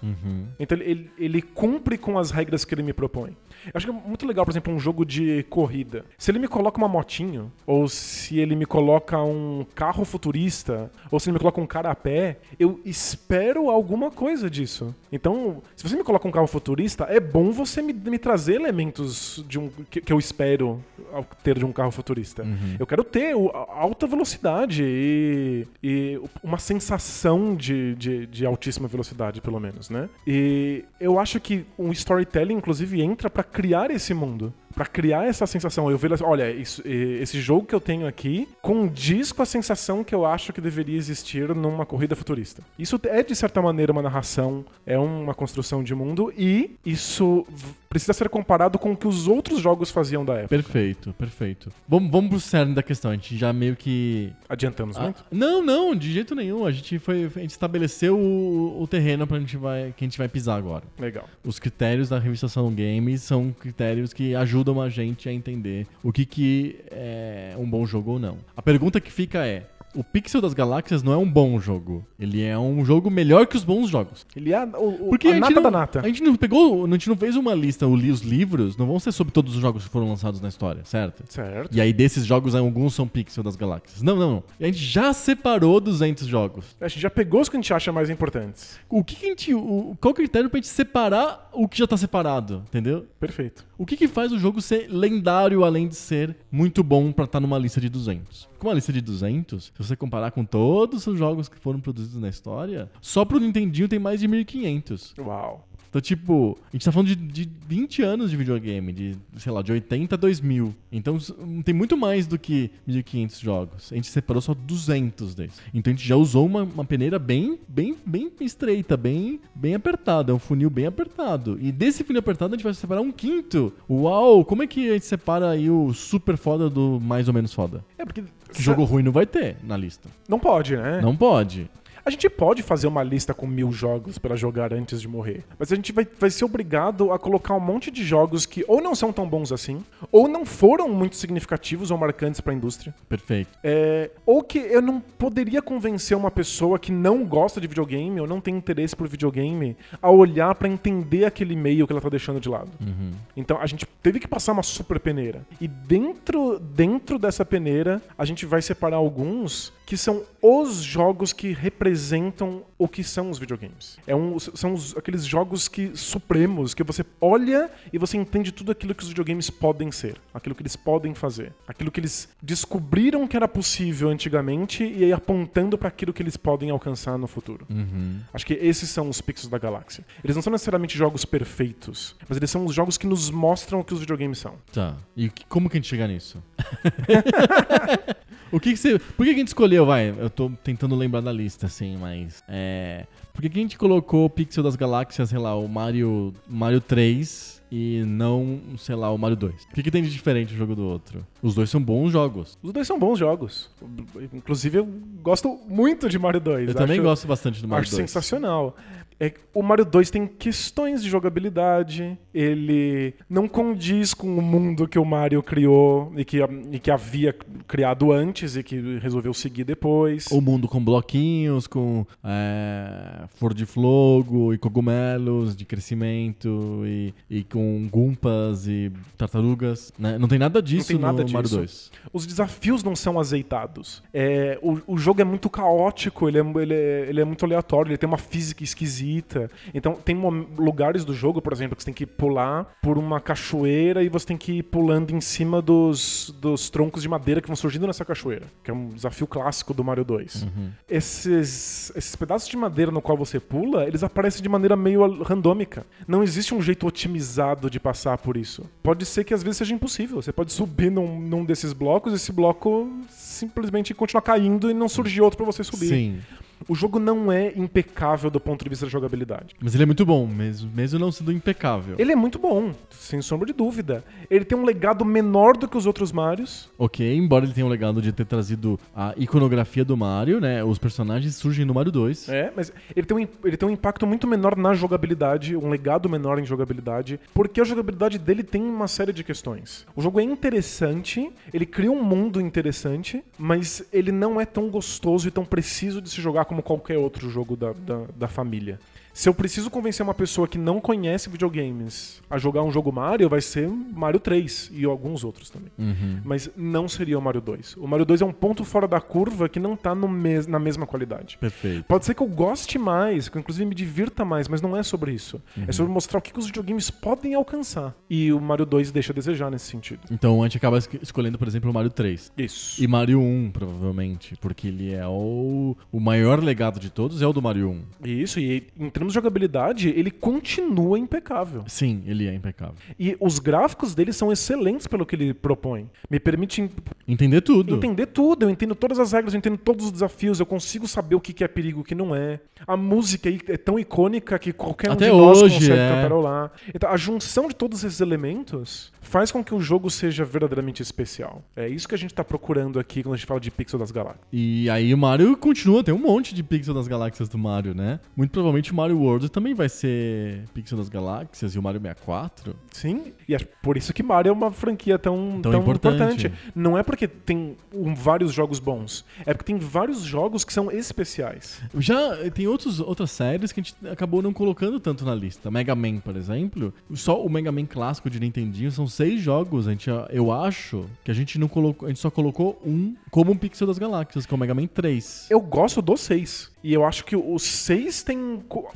Então ele, ele, ele cumpre com as regras que ele me propõe. Eu acho que é muito legal, por exemplo, um jogo de corrida. Se ele me coloca uma motinho, ou se ele me coloca um carro futurista, ou se ele me coloca um cara a pé, eu espero alguma coisa disso. Então, se você me coloca um carro futurista, é bom você me, me trazer elementos de um, que, que eu espero ao ter de um carro futurista. Eu quero ter o- a- alta velocidade e, e uma sensação de, de, de altíssima velocidade, pelo menos, né? E eu acho que um storytelling, inclusive, entra pra criar esse mundo. Pra criar essa sensação, eu vejo assim, olha, isso- e- esse jogo que eu tenho aqui condiz com a sensação que eu acho que deveria existir numa corrida futurista. Isso é, de certa maneira, uma narração, é uma construção de mundo e isso v- precisa ser comparado com o que os outros jogos faziam da época. Perfeito, perfeito. Vamos, vamos pro cerne da questão. A gente já meio que. Adiantamos né? Ah, muito? não, não, de jeito nenhum. A gente foi. A gente estabeleceu o, o terreno pra gente vai, que a gente vai pisar agora. Legal. Os critérios da revista São Games são critérios que ajudam a gente a entender o que, que é um bom jogo ou não. A pergunta que fica é: o Pixel das Galáxias não é um bom jogo. Ele é um jogo melhor que os bons jogos. Ele é o, o- Porque a, a, gente nata não, da nata. A gente não pegou, a gente não fez uma lista, o li- os livros não vão ser sobre todos os jogos que foram lançados na história, certo? Certo. E aí desses jogos alguns são Pixel das Galáxias. Não, não, não. A gente já separou 200 jogos. A gente já pegou os que a gente acha mais importantes. O que, que a gente, o, qual o critério pra gente separar o que já tá separado, entendeu? Perfeito. O que, que faz o jogo ser lendário além de ser muito bom pra estar numa lista de 200? Com uma lista de 200, se você comparar com todos os jogos que foram produzidos na história, só pro Nintendinho tem mais de 1500. Uau. Então, tipo, a gente tá falando de, de 20 anos de videogame, de, sei lá, de 80 a 2000. Então, s- tem muito mais do que 1500 jogos. A gente separou só 200 deles. Então, a gente já usou uma, uma peneira bem, bem, bem estreita, bem, bem apertada. É um funil bem apertado. E desse funil apertado, a gente vai separar um quinto. Uau! Como é que a gente separa aí o super foda do mais ou menos foda? É porque. Que jogo ruim não vai ter na lista. Não pode, né? Não pode. A gente pode fazer uma lista com mil jogos pra jogar antes de morrer. Mas a gente vai, vai ser obrigado a colocar um monte de jogos que ou não são tão bons assim, ou não foram muito significativos ou marcantes pra indústria. Perfeito. É, ou que eu não poderia convencer uma pessoa que não gosta de videogame ou não tem interesse por videogame a olhar pra entender aquele meio que ela tá deixando de lado. Então a gente teve que passar uma super peneira. E dentro, dentro dessa peneira, a gente vai separar alguns que são os jogos que representam o que são os videogames. É um, são os- aqueles jogos que supremos, que você olha e você entende tudo aquilo que os videogames podem ser, aquilo que eles podem fazer, aquilo que eles descobriram que era possível antigamente e aí apontando para aquilo que eles podem alcançar no futuro. Uhum. Acho que esses são os pixels da galáxia. Eles não são necessariamente jogos perfeitos, mas eles são os jogos que nos mostram o que os videogames são. Tá. E que- como que a gente chega nisso? o que, que você. Por que, que a gente escolheu? Vai, eu tô tentando lembrar da lista, assim, mas. É. Por que, que a gente colocou o Pixel das Galáxias, sei lá, o Mario. Mario 3 e não, sei lá, o Mario 2? O que, que tem de diferente um jogo do outro? Os dois são bons jogos. Os dois são bons jogos. Inclusive, eu gosto muito de Mario 2. Eu também Acho- gosto bastante do Mario acho 2. sensacional. É, que o Mario 2 tem questões de jogabilidade, ele não condiz com o mundo que o Mario criou e que, e que havia criado antes e que resolveu seguir depois. O mundo com bloquinhos, com é, flor de flogo e cogumelos de crescimento e, e com gumpas e tartarugas. né? Não tem nada disso tem nada no Mario disso. 2. Os desafios não são azeitados. É, o, o jogo é muito caótico, ele é, ele é- ele é muito aleatório, ele tem uma física esquisita. Então, tem mom- lugares do jogo, por exemplo, que você tem que pular por uma cachoeira e você tem que ir pulando em cima dos, dos troncos de madeira que vão surgindo nessa cachoeira, que é um desafio clássico do Mario 2. Esses, esses pedaços de madeira no qual você pula, eles aparecem de maneira meio al- randômica. Não existe um jeito otimizado de passar por isso. Pode ser que às vezes seja impossível. Você pode subir num, num desses blocos, esse bloco simplesmente continuar caindo e não surgir outro pra você subir. Sim. O jogo não é impecável do ponto de vista da jogabilidade. Mas ele é muito bom, mesmo, mesmo não sendo impecável. Ele é muito bom, sem sombra de dúvida. Ele tem um legado menor do que os outros Marios. Ok, embora ele tenha o legado de ter trazido a iconografia do Mario, né? Os personagens surgem no Mario 2. É, mas ele tem, um, im- ele tem um impacto muito menor na jogabilidade, um legado menor em jogabilidade, porque a jogabilidade dele tem uma série de questões. O jogo é interessante, ele cria um mundo interessante, mas ele não é tão gostoso e tão preciso de se jogar como qualquer outro jogo da, da, da família. Se eu preciso convencer uma pessoa que não conhece videogames a jogar um jogo Mario, vai ser Mario 3 e alguns outros também. Mas não seria o Mario 2. O Mario 2 é um ponto fora da curva que não tá no mes- na mesma qualidade. Perfeito. Pode ser que eu goste mais, que eu inclusive me divirta mais, mas não é sobre isso. É sobre mostrar o que que os videogames podem alcançar. E o Mario 2 deixa a desejar nesse sentido. Então a gente acaba esco- escolhendo, por exemplo, o Mario 3. Isso. E Mario 1, provavelmente, porque ele é o, o maior legado de todos, é o do Mario 1. Isso, e em termos de jogabilidade, ele continua impecável. Sim, ele é impecável. E os gráficos dele são excelentes pelo que ele propõe. Me permite em- Entender tudo. entender tudo, eu entendo todas as regras, eu entendo todos os desafios, eu consigo saber o que que é perigo e o que não é. A música aí é tão icônica que qualquer um Até de nós hoje, consegue é. cantarolar. Então, a junção de todos esses elementos faz com que o jogo seja verdadeiramente especial. É isso que a gente tá procurando aqui quando a gente fala de Pixel das Galáxias. E aí o Mario continua, tem um monte de pixel das galáxias do Mario, né? Muito provavelmente o Mario World também vai ser pixel das galáxias e o Mario 64. Sim, e é por isso que Mario é uma franquia tão, Tão tão, importante. importante. Não é porque tem um, vários jogos bons, é porque tem vários jogos que são especiais. Já eh, tem outros, outras séries que a gente acabou não colocando tanto na lista. Mega Man, por exemplo. Só o Mega Man clássico de Nintendinho são seis jogos. A gente, eu acho que a gente não colocou. A gente só colocou um como um pixel das galáxias, que é o Mega Man 3. Eu gosto dos seis. E eu acho que os seis tem. co-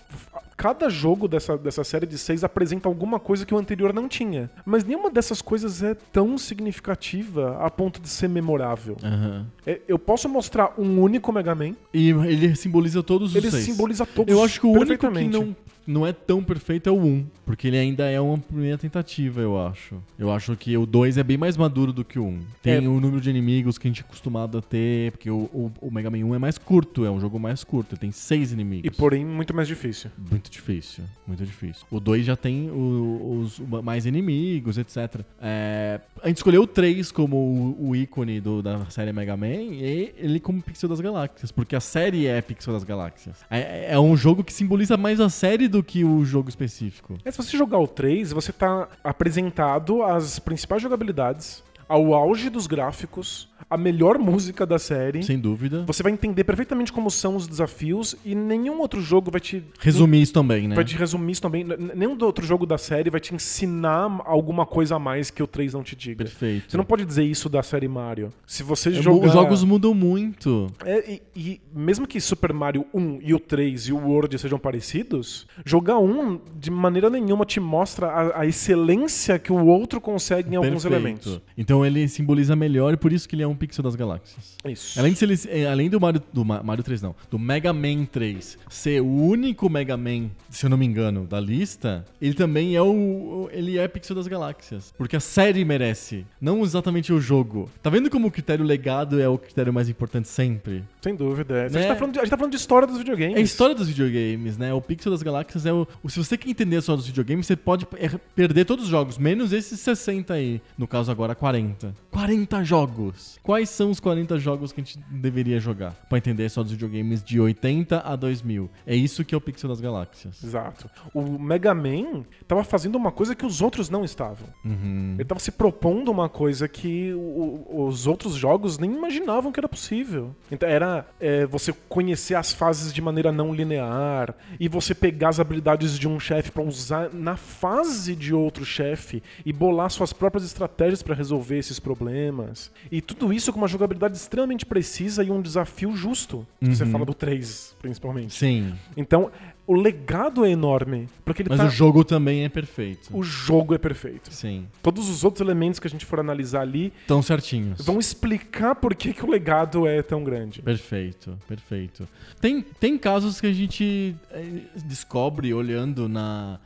Cada jogo dessa, dessa série de seis apresenta alguma coisa que o anterior não tinha. Mas nenhuma dessas coisas é tão significativa a ponto de ser memorável. Aham. É, Eu posso mostrar um único Mega Man, E ele simboliza todos os ele seis. simboliza todos Eu acho que o único que perfeitamente. não, não é tão perfeito é o 1. Porque ele ainda é uma primeira tentativa, eu acho. Eu acho que o 2 é bem mais maduro do que o 1. Tem É. o número de inimigos que a gente é acostumado a ter, porque o, o, o Mega Man 1 é mais curto, é um jogo mais curto. Ele tem seis inimigos. E porém, muito mais difícil. Muito difícil, muito difícil. O 2 já tem o- os ma- mais inimigos, etc. É, a gente escolheu o 3 como o, o ícone do- da série Mega Man e ele como Pixel das Galáxias, porque a série é Pixel das Galáxias. É, é um jogo que simboliza mais a série do que o jogo específico. É, se você jogar o 3, você tá apresentado às principais jogabilidades, ao auge dos gráficos, a melhor música da série. Sem dúvida. Você vai entender perfeitamente como são os desafios e nenhum outro jogo vai te Resumir isso também, né? vai te resumir isso também. N- Nenhum outro jogo da série vai te ensinar alguma coisa a mais que o 3 não te diga. Perfeito. Você não pode dizer isso da série Mario. Se você É, jogar Os jogos mudam muito. é, e, e mesmo que Super Mario 1 e o 3 e o World sejam parecidos, jogar um de maneira nenhuma te mostra a, a excelência que o outro consegue em alguns Perfeito. elementos. Então ele simboliza melhor e por isso que ele é um Pixel das Galáxias. Isso. Além, de ser lic- eh, além do Mario, do Ma- Mario 3, não, do Mega Man 3 ser o único Mega Man, se eu não me engano, da lista, ele também é o. o- Ele é Pixel das Galáxias. Porque a série merece, não exatamente o jogo. Tá vendo como o critério legado é o critério mais importante sempre? Sem dúvida. é. Né? A, gente tá falando de, a gente tá falando de história dos videogames. É a história dos videogames, né? O Pixel das Galáxias é o. o- Se você quer entender a história dos videogames, você pode er- perder todos os jogos, menos esses 60 aí. No caso, agora 40. 40 jogos! Quais são os 40 jogos que a gente deveria jogar pra entender a história dos videogames de 80 a 2000? É isso que é o Pixel das Galáxias. Exato. O Mega Man tava fazendo uma coisa que os outros não estavam. Ele tava se propondo uma coisa que o- o- os outros jogos nem imaginavam que era possível. Então era é, você conhecer as fases de maneira não linear e você pegar as habilidades de um chefe pra usar na fase de outro chefe e bolar suas próprias estratégias pra resolver esses problemas. E tudo isso com uma jogabilidade extremamente precisa e um desafio justo. Se Você fala do 3, principalmente. Sim, Então, o legado é enorme. Porque ele mas tá. o jogo também é perfeito. o jogo é perfeito. Sim, Todos os outros elementos que a gente for analisar ali tão certinhos. vão explicar por que, que o legado é tão grande. Perfeito, perfeito. Tem, tem casos que a gente eh, descobre olhando na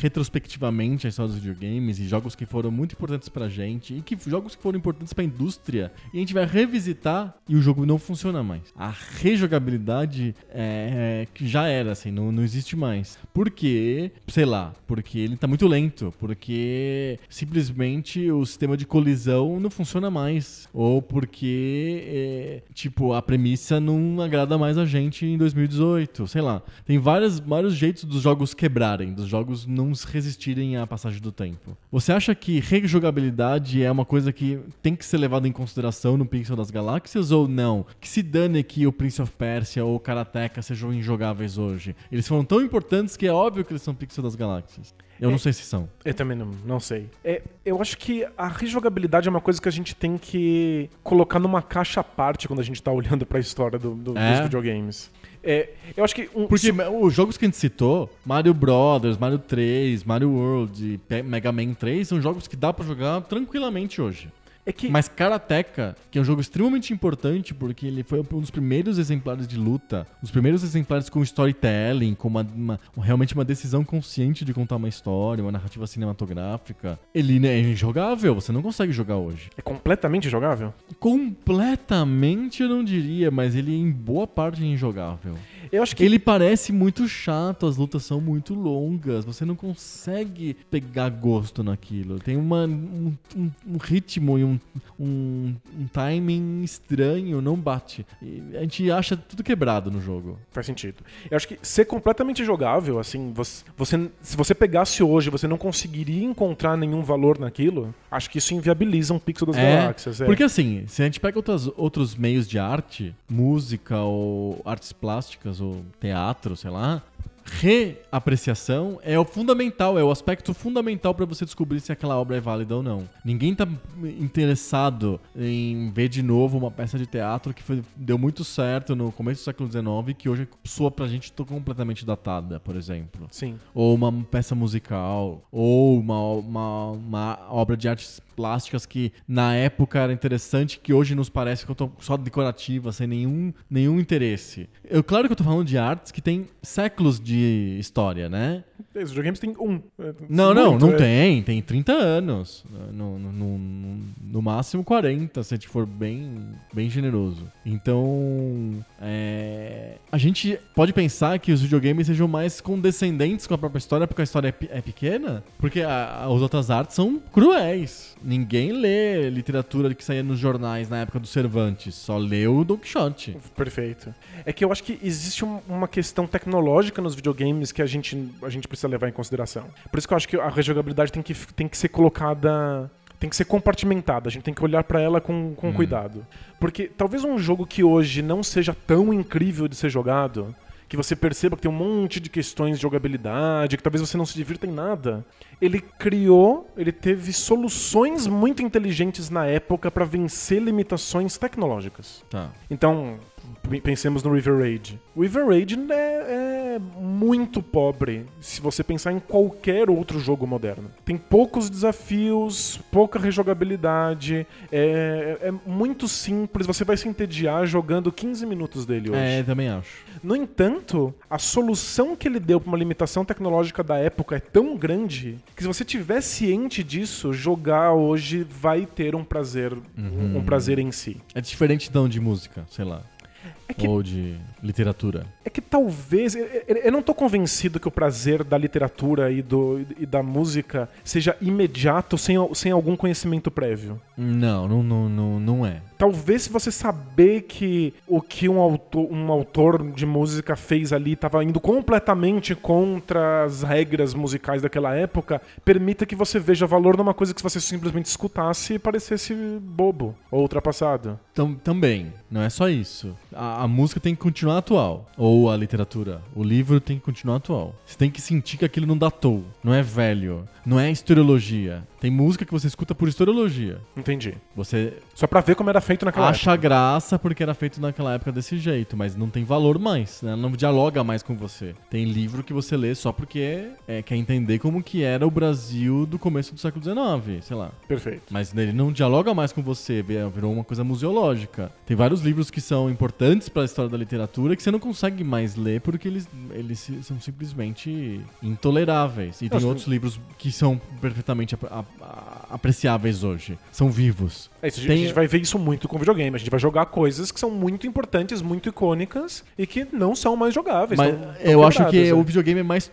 retrospectivamente a história dos videogames e jogos que foram muito importantes pra gente e que jogos que foram importantes pra indústria e a gente vai revisitar e o jogo não funciona mais. A rejogabilidade é, é, que já era assim, não, não existe mais. Por quê? Sei lá, porque ele tá muito lento, porque simplesmente o sistema de colisão não funciona mais. Ou porque, é, tipo, a premissa não agrada mais a gente em 2018. Sei lá. Tem várias, vários jeitos dos jogos quebrarem, dos jogos não se resistirem à passagem do tempo. Você acha que rejogabilidade é uma coisa que tem que ser levada em consideração no Pixel das Galáxias ou não? Que se dane que o Prince of Persia ou o Karateka sejam injogáveis hoje. Eles foram são tão importantes que é óbvio que eles são pixel das galáxias. Eu não sei se são. Eu também não, não sei. É, eu acho que a rejogabilidade é uma coisa que a gente tem que colocar numa caixa à parte quando a gente tá olhando pra história do, do- É? dos videogames. É, eu acho que um. Porque os jogos que a gente citou, Mario Brothers, Mario 3, Mario World, e Pe- Mega Man 3, são jogos que dá pra jogar tranquilamente hoje. é que Mas Karateka, que é um jogo extremamente importante porque ele foi um dos primeiros exemplares de luta, os primeiros exemplares com storytelling, com uma, uma- realmente uma decisão consciente de contar uma história, uma narrativa cinematográfica, ele né, é injogável, você não consegue jogar hoje. é completamente jogável? Completamente eu não diria, mas ele em boa parte é injogável. Eu acho que. Ele parece muito chato, as lutas são muito longas, você não consegue pegar gosto naquilo. Tem uma, um, um- um ritmo e um, um, um timing estranho, não bate. E a gente acha tudo quebrado no jogo. Faz sentido. Eu acho que ser completamente jogável, assim, você, você- se você pegasse hoje, você não conseguiria encontrar nenhum valor naquilo, acho que isso inviabiliza um pixel das galáxias. É. Porque assim, se a gente pega outras, outros meios de arte, música ou artes plásticas ou teatro, sei lá, reapreciação é o fundamental, é o aspecto fundamental pra você descobrir se aquela obra é válida ou não. Ninguém tá interessado em ver de novo uma peça de teatro que foi- deu muito certo no começo do século XIX e que hoje soa pra gente tô completamente datada, por exemplo Sim. ou uma peça musical, ou uma, uma, uma obra de artes plásticas que na época era interessante, que hoje nos parece que eu tô só decorativa, sem nenhum, nenhum interesse. Eu, claro que eu tô falando de artes que tem séculos de história, né? Os videogames têm um. É, Não, não, muito, não é. tem. Tem 30 anos. No, no, no- no máximo 40, se a gente for bem, bem generoso. Então, é, a gente pode pensar que os videogames sejam mais condescendentes com a própria história, porque a história é, pe- é pequena, porque a- as outras artes são cruéis. Ninguém lê literatura que saía nos jornais na época do Cervantes, só leu o Don Quixote. Perfeito. É que eu acho que existe um- uma questão tecnológica nos videogames que a gente, a gente precisa levar em consideração. Por isso que eu acho que a rejogabilidade tem que, tem que ser colocada. Tem que ser compartimentada, a gente tem que olhar pra ela com, com cuidado. Porque talvez um jogo que hoje não seja tão incrível de ser jogado, que você perceba que tem um monte de questões de jogabilidade, que talvez você não se divirta em nada, ele criou, ele teve soluções muito inteligentes na época pra vencer limitações tecnológicas. Tá. Então, p- pensemos no River Raid. O River Raid é, é muito pobre se você pensar em qualquer outro jogo moderno. Tem poucos desafios, pouca rejogabilidade, é, é muito simples, você vai se entediar jogando 15 minutos dele hoje. É, também acho. No entanto, a solução que ele deu para uma limitação tecnológica da época é tão grande que se você tiver ciente disso, jogar hoje vai ter um prazer, um- um prazer em si. É diferente não de música, sei lá. É que- Ou de literatura. É que talvez. eu- Eu eu não tô convencido que o prazer da literatura e, do, e da música seja imediato sem, al- sem algum conhecimento prévio. Não, não, não, não, não é. Talvez se você saber que o que um autor, um autor de música fez ali estava indo completamente contra as regras musicais daquela época, permita que você veja valor numa coisa que você simplesmente escutasse e parecesse bobo ou ultrapassado. Tam- também, não é só isso. A, a música tem que continuar atual. Ou a literatura. O livro tem que continuar atual. Você tem que sentir que aquilo não datou, não é velho, não é historiologia. Tem música que você escuta por historiologia. Entendi. Você Só pra ver como era feito naquela época. acha graça porque era feito naquela época desse jeito, mas não tem valor mais, né? não dialoga mais com você. Tem livro que você lê só porque é, quer entender como que era o Brasil do começo do século XIX, sei lá. Perfeito. Mas ele não dialoga mais com você, vi- virou uma coisa museológica. Tem vários livros que são importantes para a história da literatura que você não consegue mais ler porque eles, eles se- são simplesmente intoleráveis. E tem Nossa. outros livros que são perfeitamente ap- a- a- apreciáveis hoje. São vivos. É isso, a Tem- gente vai ver isso muito com videogame. A gente vai jogar coisas que são muito importantes, muito icônicas e que não são mais jogáveis. Mas tão- tão eu acho que quebradas, o né? videogame é mais.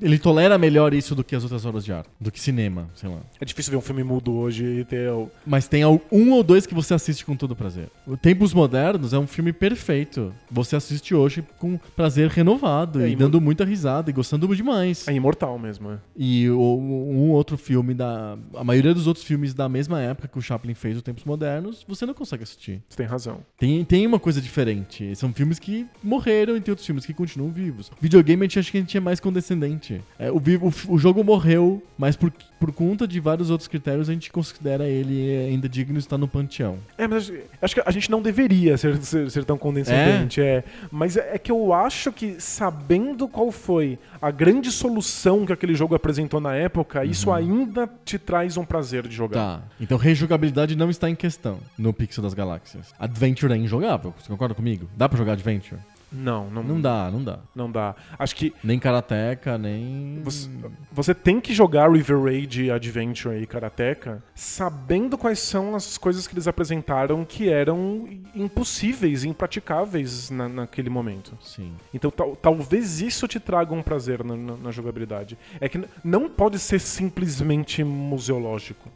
Ele tolera melhor isso do que as outras obras de arte, do que cinema, sei lá. É difícil ver um filme mudo hoje e ter. o- Mas tem al- um ou dois que você assiste com todo prazer. O Tempos Modernos é um filme perfeito. Você assiste hoje com prazer renovado É, e e dando muita risada e gostando demais. É imortal mesmo. é. E o- um outro filme da a, a maioria dos outros filmes da mesma época que o Chaplin fez, os tempos modernos, você não consegue assistir. Você tem razão. Tem, tem uma coisa diferente. São filmes que morreram e tem outros filmes que continuam vivos. Videogame, a gente acha que a gente é mais condescendente. É, o, vi- o f- o jogo morreu, mas por, por conta de vários outros critérios, a gente considera ele ainda digno de estar no panteão. É, mas acho- acho que a gente não deveria ser, ser, ser tão condescendente. É. Mas é, é que eu acho que, sabendo qual foi a grande solução que aquele jogo apresentou na época, isso ainda te traz um prazer de Uhum. jogar. Tá. Então rejogabilidade não está em questão no Pixel das Galáxias. Adventure é injogável, você concorda comigo? Dá pra jogar Adventure? Não, não, Não dá, não dá. não dá. Acho que Nem Karateka, nem... Você, você tem que jogar River Raid, Adventure e Karateka sabendo quais são as coisas que eles apresentaram que eram impossíveis, impraticáveis na- naquele momento. Sim. Então tal- talvez isso te traga um prazer na, na- na jogabilidade. É que n- não pode ser simplesmente museológico.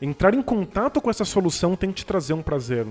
Entrar em contato com essa solução tem que te trazer um prazer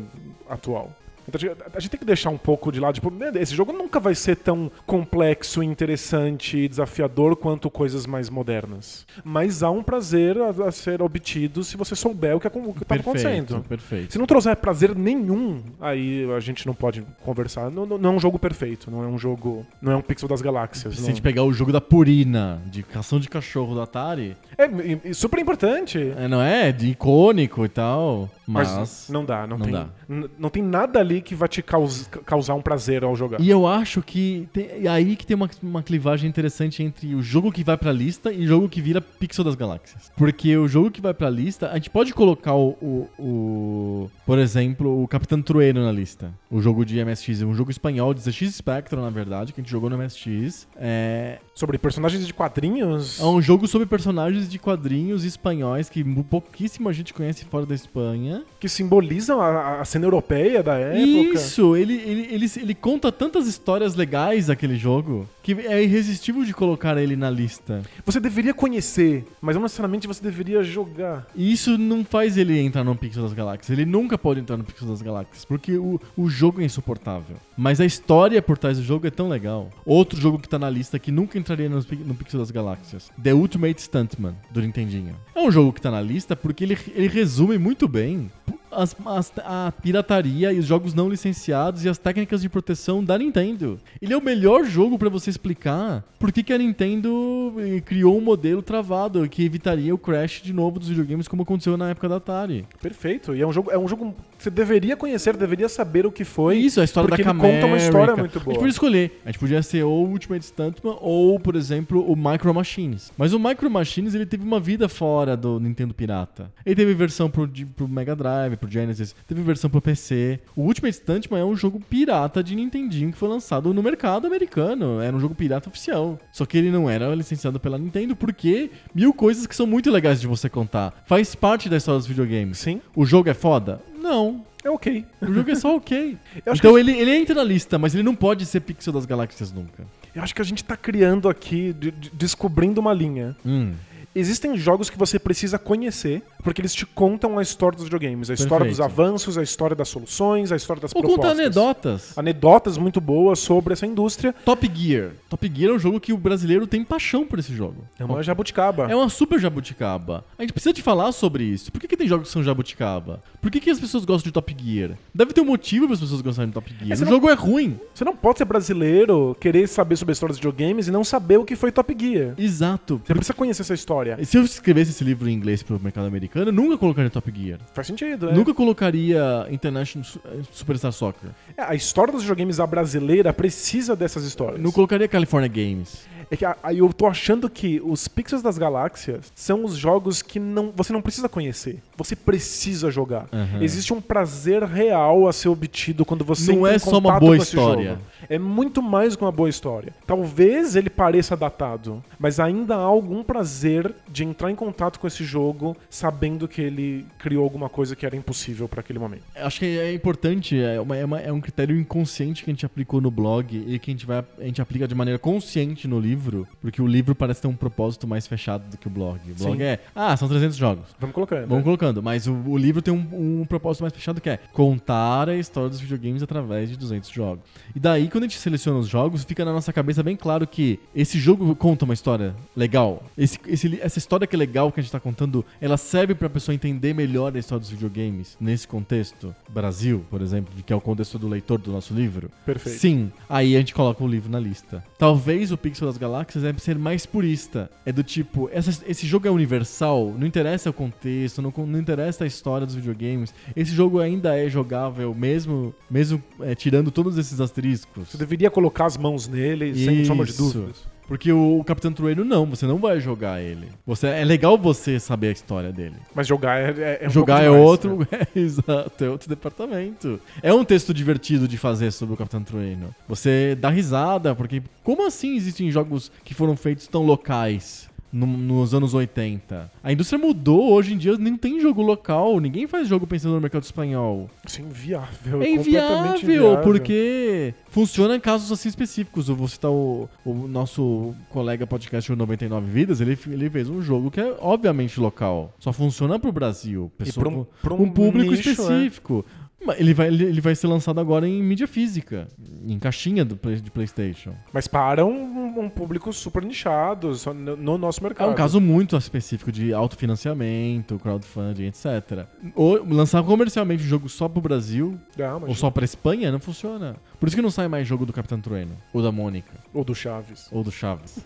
atual. Então, a gente- a gente tem que deixar um pouco de lado, tipo, né, esse jogo nunca vai ser tão complexo, interessante e desafiador quanto coisas mais modernas. Mas há um prazer a, a ser obtido se você souber o que está acontecendo. perfeito. Se não trouxer prazer nenhum, aí a gente não pode conversar. Não, não- não é um jogo perfeito, não é um jogo. Não é um pixel das galáxias. Se a não- gente pegar o jogo da Purina, de cação de cachorro do Atari, É, e- e super importante. é, não é? De icônico e tal, mas... não dá, não, não tem. dá. n- Não tem nada ali que vai te caus- causar um prazer ao jogar. E eu acho que tem- é aí que tem uma, uma clivagem interessante entre o jogo que vai pra lista e o jogo que vira Pixel das Galáxias. Porque o jogo que vai pra lista, a gente pode colocar o, o- o- por exemplo, o Capitão Trueno na lista. O jogo de MSX, um jogo espanhol, 16 Spectrum, na verdade, que a gente jogou no MSX. É, Sobre personagens de quadrinhos. é um jogo sobre personagens de quadrinhos espanhóis que mu- pouquíssima gente conhece fora da Espanha. que simbolizam a, a cena europeia da época. Isso, ele, ele, ele, ele conta tantas histórias legais daquele jogo que é irresistível de colocar ele na lista. Você deveria conhecer, mas não necessariamente você deveria jogar. E isso não faz ele entrar no Pixel das Galáxias. Ele nunca pode entrar no Pixel das Galáxias, porque o, o jogo é insuportável. Mas a história por trás do jogo é tão legal. Outro jogo que tá na lista que nunca entraria nos pi- no, Pixel das Galáxias: The Ultimate Stuntman, do Nintendinho. É um jogo que tá na lista porque ele, ele resume muito bem as- as- a pirataria e os jogos não licenciados e as técnicas de proteção da Nintendo. Ele é o melhor jogo pra você explicar por que, que a Nintendo eh, criou um modelo travado que evitaria o crash de novo dos videogames como aconteceu na época da Atari. Perfeito. E é um jogo, é um jogo que você deveria conhecer, deveria saber o que foi. Isso, a história porque da ele Camerica. conta uma história muito A gente boa. podia escolher. A gente podia ser ou o Ultimate Stuntman ou, por exemplo, o Micro Machines. Mas o Micro Machines, ele teve uma vida fora do Nintendo Pirata. Ele teve versão pro, de- pro Mega Drive, pro Genesis, teve versão pro PC. O Ultimate Stuntman é um jogo pirata de Nintendinho que foi lançado no mercado americano. Era um jogo pirata oficial. Só que ele não era licenciado pela Nintendo porque mil coisas que são muito legais de você contar. Faz parte da história dos videogames. Sim, O jogo é foda? Não. é ok. O jogo é só ok. Eu acho então ele, ele entra na lista, mas ele não pode ser Pixel das Galáxias nunca. Eu acho que a gente tá criando aqui, de- de- descobrindo uma linha. Hum. Existem jogos que você precisa conhecer, porque eles te contam a história dos videogames. A história Perfeito. é dos avanços, a história das soluções, a história das Ou contar propostas. anedotas. Anedotas muito boas sobre essa indústria. Top Gear. Top Gear é um jogo que o brasileiro tem paixão por esse jogo. É uma jabuticaba. É uma super jabuticaba. A gente precisa de falar sobre isso. Por que, que tem jogos que são jabuticaba? Por que, que as pessoas gostam de Top Gear? Deve ter um motivo para as pessoas gostarem de Top Gear. Essa O não- jogo é ruim. Você não pode ser brasileiro, querer saber sobre a história dos videogames e não saber o que foi Top Gear. Exato. Você precisa conhecer essa história. Se eu escrevesse esse livro em inglês pro mercado americano, eu nunca colocaria Top Gear. Faz sentido, é. Nunca colocaria International Su- eh, Superstar Soccer. É, A história dos videogames a brasileira precisa dessas histórias. Não colocaria California Games. É que a- aí eu tô achando que os Pixels das Galáxias são os jogos que não, você não precisa conhecer. Você precisa jogar. Aham. Existe um prazer real a ser obtido quando você Uhum. Não é entra em só uma contato boa com esse história. jogo. É muito mais que uma boa história. Talvez ele pareça datado, mas ainda há algum prazer de entrar em contato com esse jogo sabendo que ele criou alguma coisa que era impossível pra aquele momento. Acho que é importante, é, uma- é uma- é um critério inconsciente que a gente aplicou no blog e que a gente, vai, a gente aplica de maneira consciente no livro, porque o livro parece ter um propósito mais fechado do que o blog. O blog Sim. é, ah, são 300 jogos. Vamos colocando. né? Vamos colocando, mas o, o livro tem um, um propósito mais fechado que é contar a história dos videogames através de 200 jogos. E daí, quando a gente seleciona os jogos, fica na nossa cabeça bem claro que esse jogo conta uma história legal. Esse, esse li- essa história que é legal que a gente tá contando, ela serve pra pessoa entender melhor a história dos videogames nesse contexto. Brasil, por exemplo, que é o contexto do leitor do nosso livro. Perfeito. Sim, aí a gente coloca o livro na lista. Talvez o Pixel das Galáxias deve ser mais purista. É do tipo, essa- esse jogo é universal, não interessa o contexto, não, con- não interessa a história dos videogames. Esse jogo ainda é jogável, mesmo, mesmo é, tirando todos esses asteriscos. Você deveria colocar as mãos nele, sem sombra de Isso. dúvidas. Porque o, o Capitão Trueno não, você não vai jogar ele. Você, é legal você saber a história dele. Mas jogar é, é, é um Jogar pouco é demais, outro. né? É, exato, é outro departamento. É um texto divertido de fazer sobre o Capitão Trueno. Você dá risada, porque como assim existem jogos que foram feitos tão locais? no- Nos anos 80. A indústria mudou, hoje em dia nem tem jogo local, ninguém faz jogo pensando no mercado espanhol. Isso é inviável. É completamente inviável, inviável. porque funciona em casos assim específicos. Eu vou citar o, o nosso colega podcast o 99 Vidas, ele, ele fez um jogo que é obviamente local. Só funciona pro Brasil. E Pessoa pra com- um, pra um público nicho, é. específico. Mas Ele vai, ele, ele vai ser lançado agora em mídia física, em caixinha do play- de PlayStation. É Mas para um, um público super nichado, só no, no nosso É mercado. um caso muito específico de autofinanciamento, crowdfunding, etc. Ou lançar comercialmente um jogo só pro Brasil Ah, imagina. ou só pra Espanha não funciona. Por isso que não sai mais jogo do Capitão Trueno, ou da Mônica, Ou do Chaves. ou do Chaves.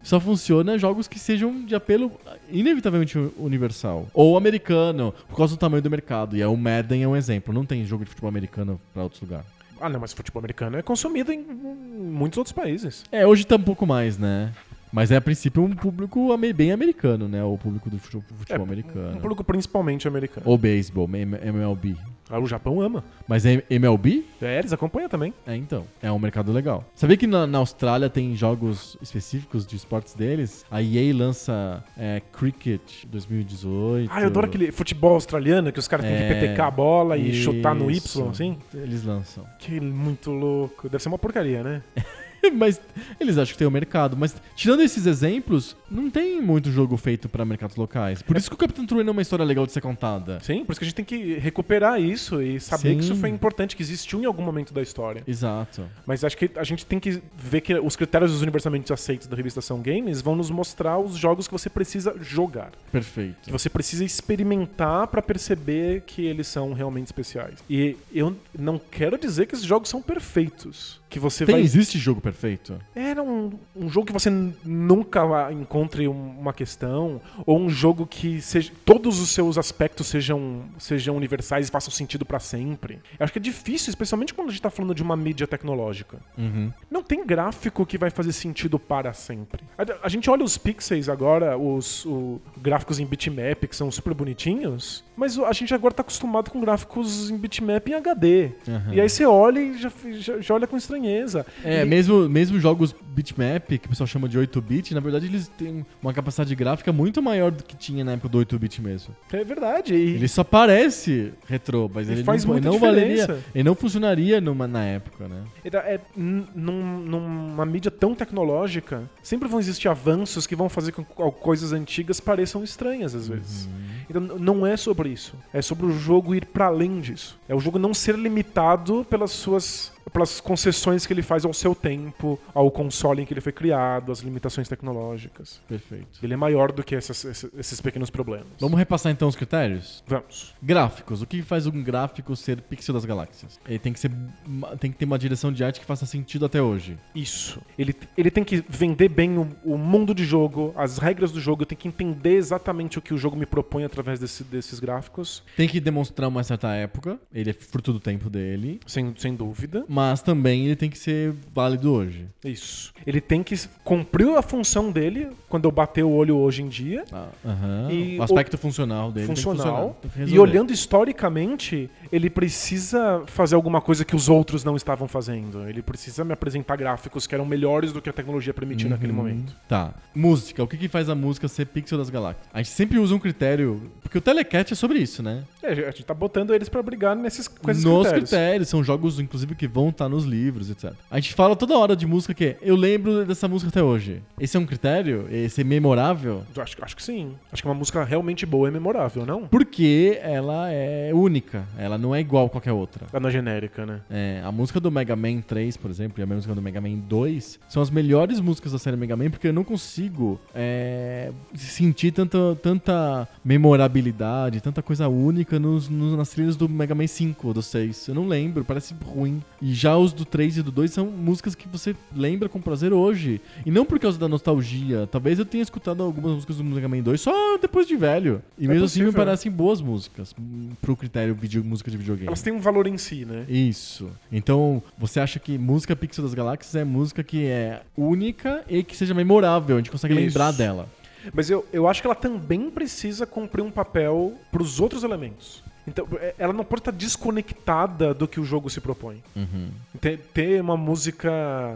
só funciona jogos que sejam de apelo inevitavelmente universal. Ou americano, por causa do tamanho do mercado. E é o Madden é um exemplo. Não tem jogo de futebol americano pra outros lugares. Ah, não, mas futebol americano é consumido em muitos outros países. É, hoje tá um pouco mais, né? Mas é a princípio um público ame- bem americano, né? O público do fute- futebol Um americano. público principalmente americano. Ou beisebol, M- MLB. Ah, o Japão ama. Mas é MLB? É, eles acompanham também. É, então. É um mercado legal. Sabia que na, na Austrália tem jogos específicos de esportes deles? A EA lança é, Cricket 2018. Ah, eu adoro aquele futebol australiano que os caras têm É. que petecar a bola e chutar no Isso. Y, assim. Eles lançam. Que muito louco. Deve ser uma porcaria, né? É. mas eles acham que tem o mercado. Mas tirando esses exemplos, não tem muito jogo feito pra mercados locais. Por isso que o Capitão Trueno é uma história legal de ser contada. Sim, por isso que a gente tem que recuperar isso e saber Sim. que isso foi importante, que existiu em algum momento da história. Exato. Mas acho que a gente tem que ver que os critérios dos universalmente aceitos da revista São Games vão nos mostrar os jogos que você precisa jogar, que Perfeito. você precisa experimentar pra perceber que eles são realmente especiais. E eu não quero dizer que esses jogos são perfeitos, que você Tem, vai existe jogo perfeito? era um, um jogo que você n- nunca va- encontre um- uma questão, ou um jogo que seja, todos os seus aspectos sejam, sejam universais e façam sentido pra sempre. Eu acho que é difícil, especialmente quando a gente tá falando de uma mídia tecnológica. Uhum. Não tem gráfico que vai fazer sentido para sempre. A, a gente olha os pixels agora, os o- gráficos em bitmap, que são super bonitinhos, mas o- a gente agora tá acostumado com gráficos em bitmap em HD. Aham. E aí você olha e já, já- já olha com estranheza. É, E- mesmo, mesmo jogos bitmap, que o pessoal chama de 8-bit, na verdade eles têm uma capacidade gráfica muito maior do que tinha na época do 8-bit mesmo. É verdade. E, Ele só parece retrô, mas E ele faz não, muita não valeria. diferença. Ele não funcionaria numa, na época, né? Era- é, n- num- numa mídia tão tecnológica, sempre vão existir avanços que vão fazer com que coisas antigas pareçam estranhas às vezes. Então n- não é sobre isso. É sobre o jogo ir pra além disso. É o jogo não ser limitado pelas suas pelas concessões que ele faz ao seu tempo, ao console em que ele foi criado, às limitações tecnológicas. Perfeito. Ele é maior do que essas- esses, esses pequenos problemas. Vamos repassar então os critérios? Vamos. Gráficos. O que faz um gráfico ser pixel das galáxias? Ele tem que ser. ma- Tem que ter uma direção de arte que faça sentido até hoje. Isso. Ele, ele tem que vender bem o, o mundo de jogo, as regras do jogo, eu tenho que entender exatamente o que o jogo me propõe através desse- desses gráficos, Tem que demonstrar uma certa época. Ele é fruto do tempo dele. sem, sem dúvida. Mas também ele tem que ser válido hoje. Isso. Ele tem que cumprir a função dele quando eu bater o olho hoje em dia. Ah, Aham. E o aspecto funcional dele. tem que Funcional. funcionar, tem que e resolver. olhando historicamente, ele precisa fazer alguma coisa que os outros não estavam fazendo. Ele precisa me apresentar gráficos que eram melhores do que a tecnologia permitia naquele momento. Tá. Música. O que, que faz a música ser pixel das galáxias? A gente sempre usa um critério. Porque o Telecat é sobre isso, né? É, a gente tá botando eles pra brigar nessas coisas Nos critérios. São jogos, inclusive, que vão tá nos livros, etc. A gente fala toda hora de música que é, eu lembro dessa música até hoje. Esse é um critério? Esse é memorável? Eu Acho, acho que sim. Acho que uma música realmente boa é memorável, não? Porque ela é única, ela não é igual a qualquer outra. Tá na genérica, né? É, a música do Mega Man 3, por exemplo, e a música do Mega Man 2 são as melhores músicas da série Mega Man porque eu não consigo é, sentir tanta, tanta memorabilidade, tanta coisa única nos, nos- nas trilhas do Mega Man 5 ou do 6. Eu não lembro, parece ruim. E já os do 3 e do 2 são músicas que você lembra com prazer hoje. E não por causa da nostalgia. Talvez eu tenha escutado algumas músicas do Mega Man 2 só depois de velho. E É mesmo assim me possível. parecem boas músicas hum, pro critério vídeo, música de videogame. Elas têm um valor em si, né? Isso. Então, você acha que música Pixel das Galáxias é música que é única e que seja memorável, a gente consegue Isso. lembrar dela. Mas eu, eu acho que ela também precisa cumprir um papel pros outros elementos. Então, é- ela não pode estar desconectada do que o jogo se propõe. Uhum. Ter, ter uma música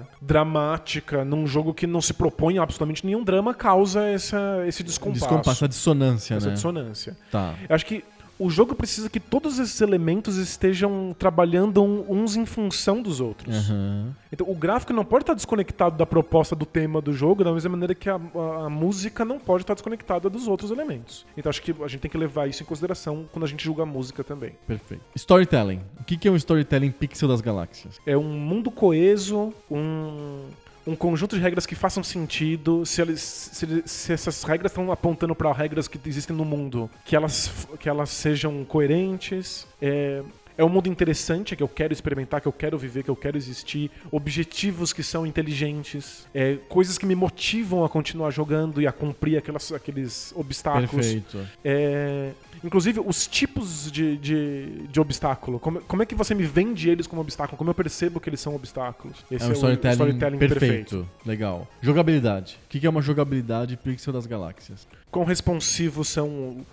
dramática num jogo que não se propõe a absolutamente nenhum drama causa essa, esse descompasso. Descompasso, a dissonância, essa né? dissonância. Tá. Eu acho que o jogo precisa que todos esses elementos estejam trabalhando um- uns em função dos Uhum. outros. Aham. Então, o gráfico não pode estar desconectado da proposta do tema do jogo, da mesma maneira que a, a- a música não pode estar desconectada dos outros elementos. Então, acho que a gente tem que levar isso em consideração quando a gente julga a música também. Perfeito. Storytelling. O que que é um storytelling Pixel das Galáxias? É um mundo coeso, um, um conjunto de regras que façam sentido, se, eles, se, eles- se essas regras estão apontando para regras que existem no mundo, que elas, f- que elas sejam coerentes. É, é um mundo interessante que eu quero experimentar, que eu quero viver, que eu quero existir. Objetivos que são inteligentes. é, coisas que me motivam a continuar jogando e a cumprir aquelas- aqueles obstáculos. Perfeito. É, inclusive, os tipos de, de, de obstáculo. Como, como é que você me vende eles como obstáculo? Como eu percebo que eles são obstáculos? Esse É um storytelling, perfeito. perfeito. Legal. Jogabilidade. O que que é uma jogabilidade Pixel das Galáxias? Quão responsivos são.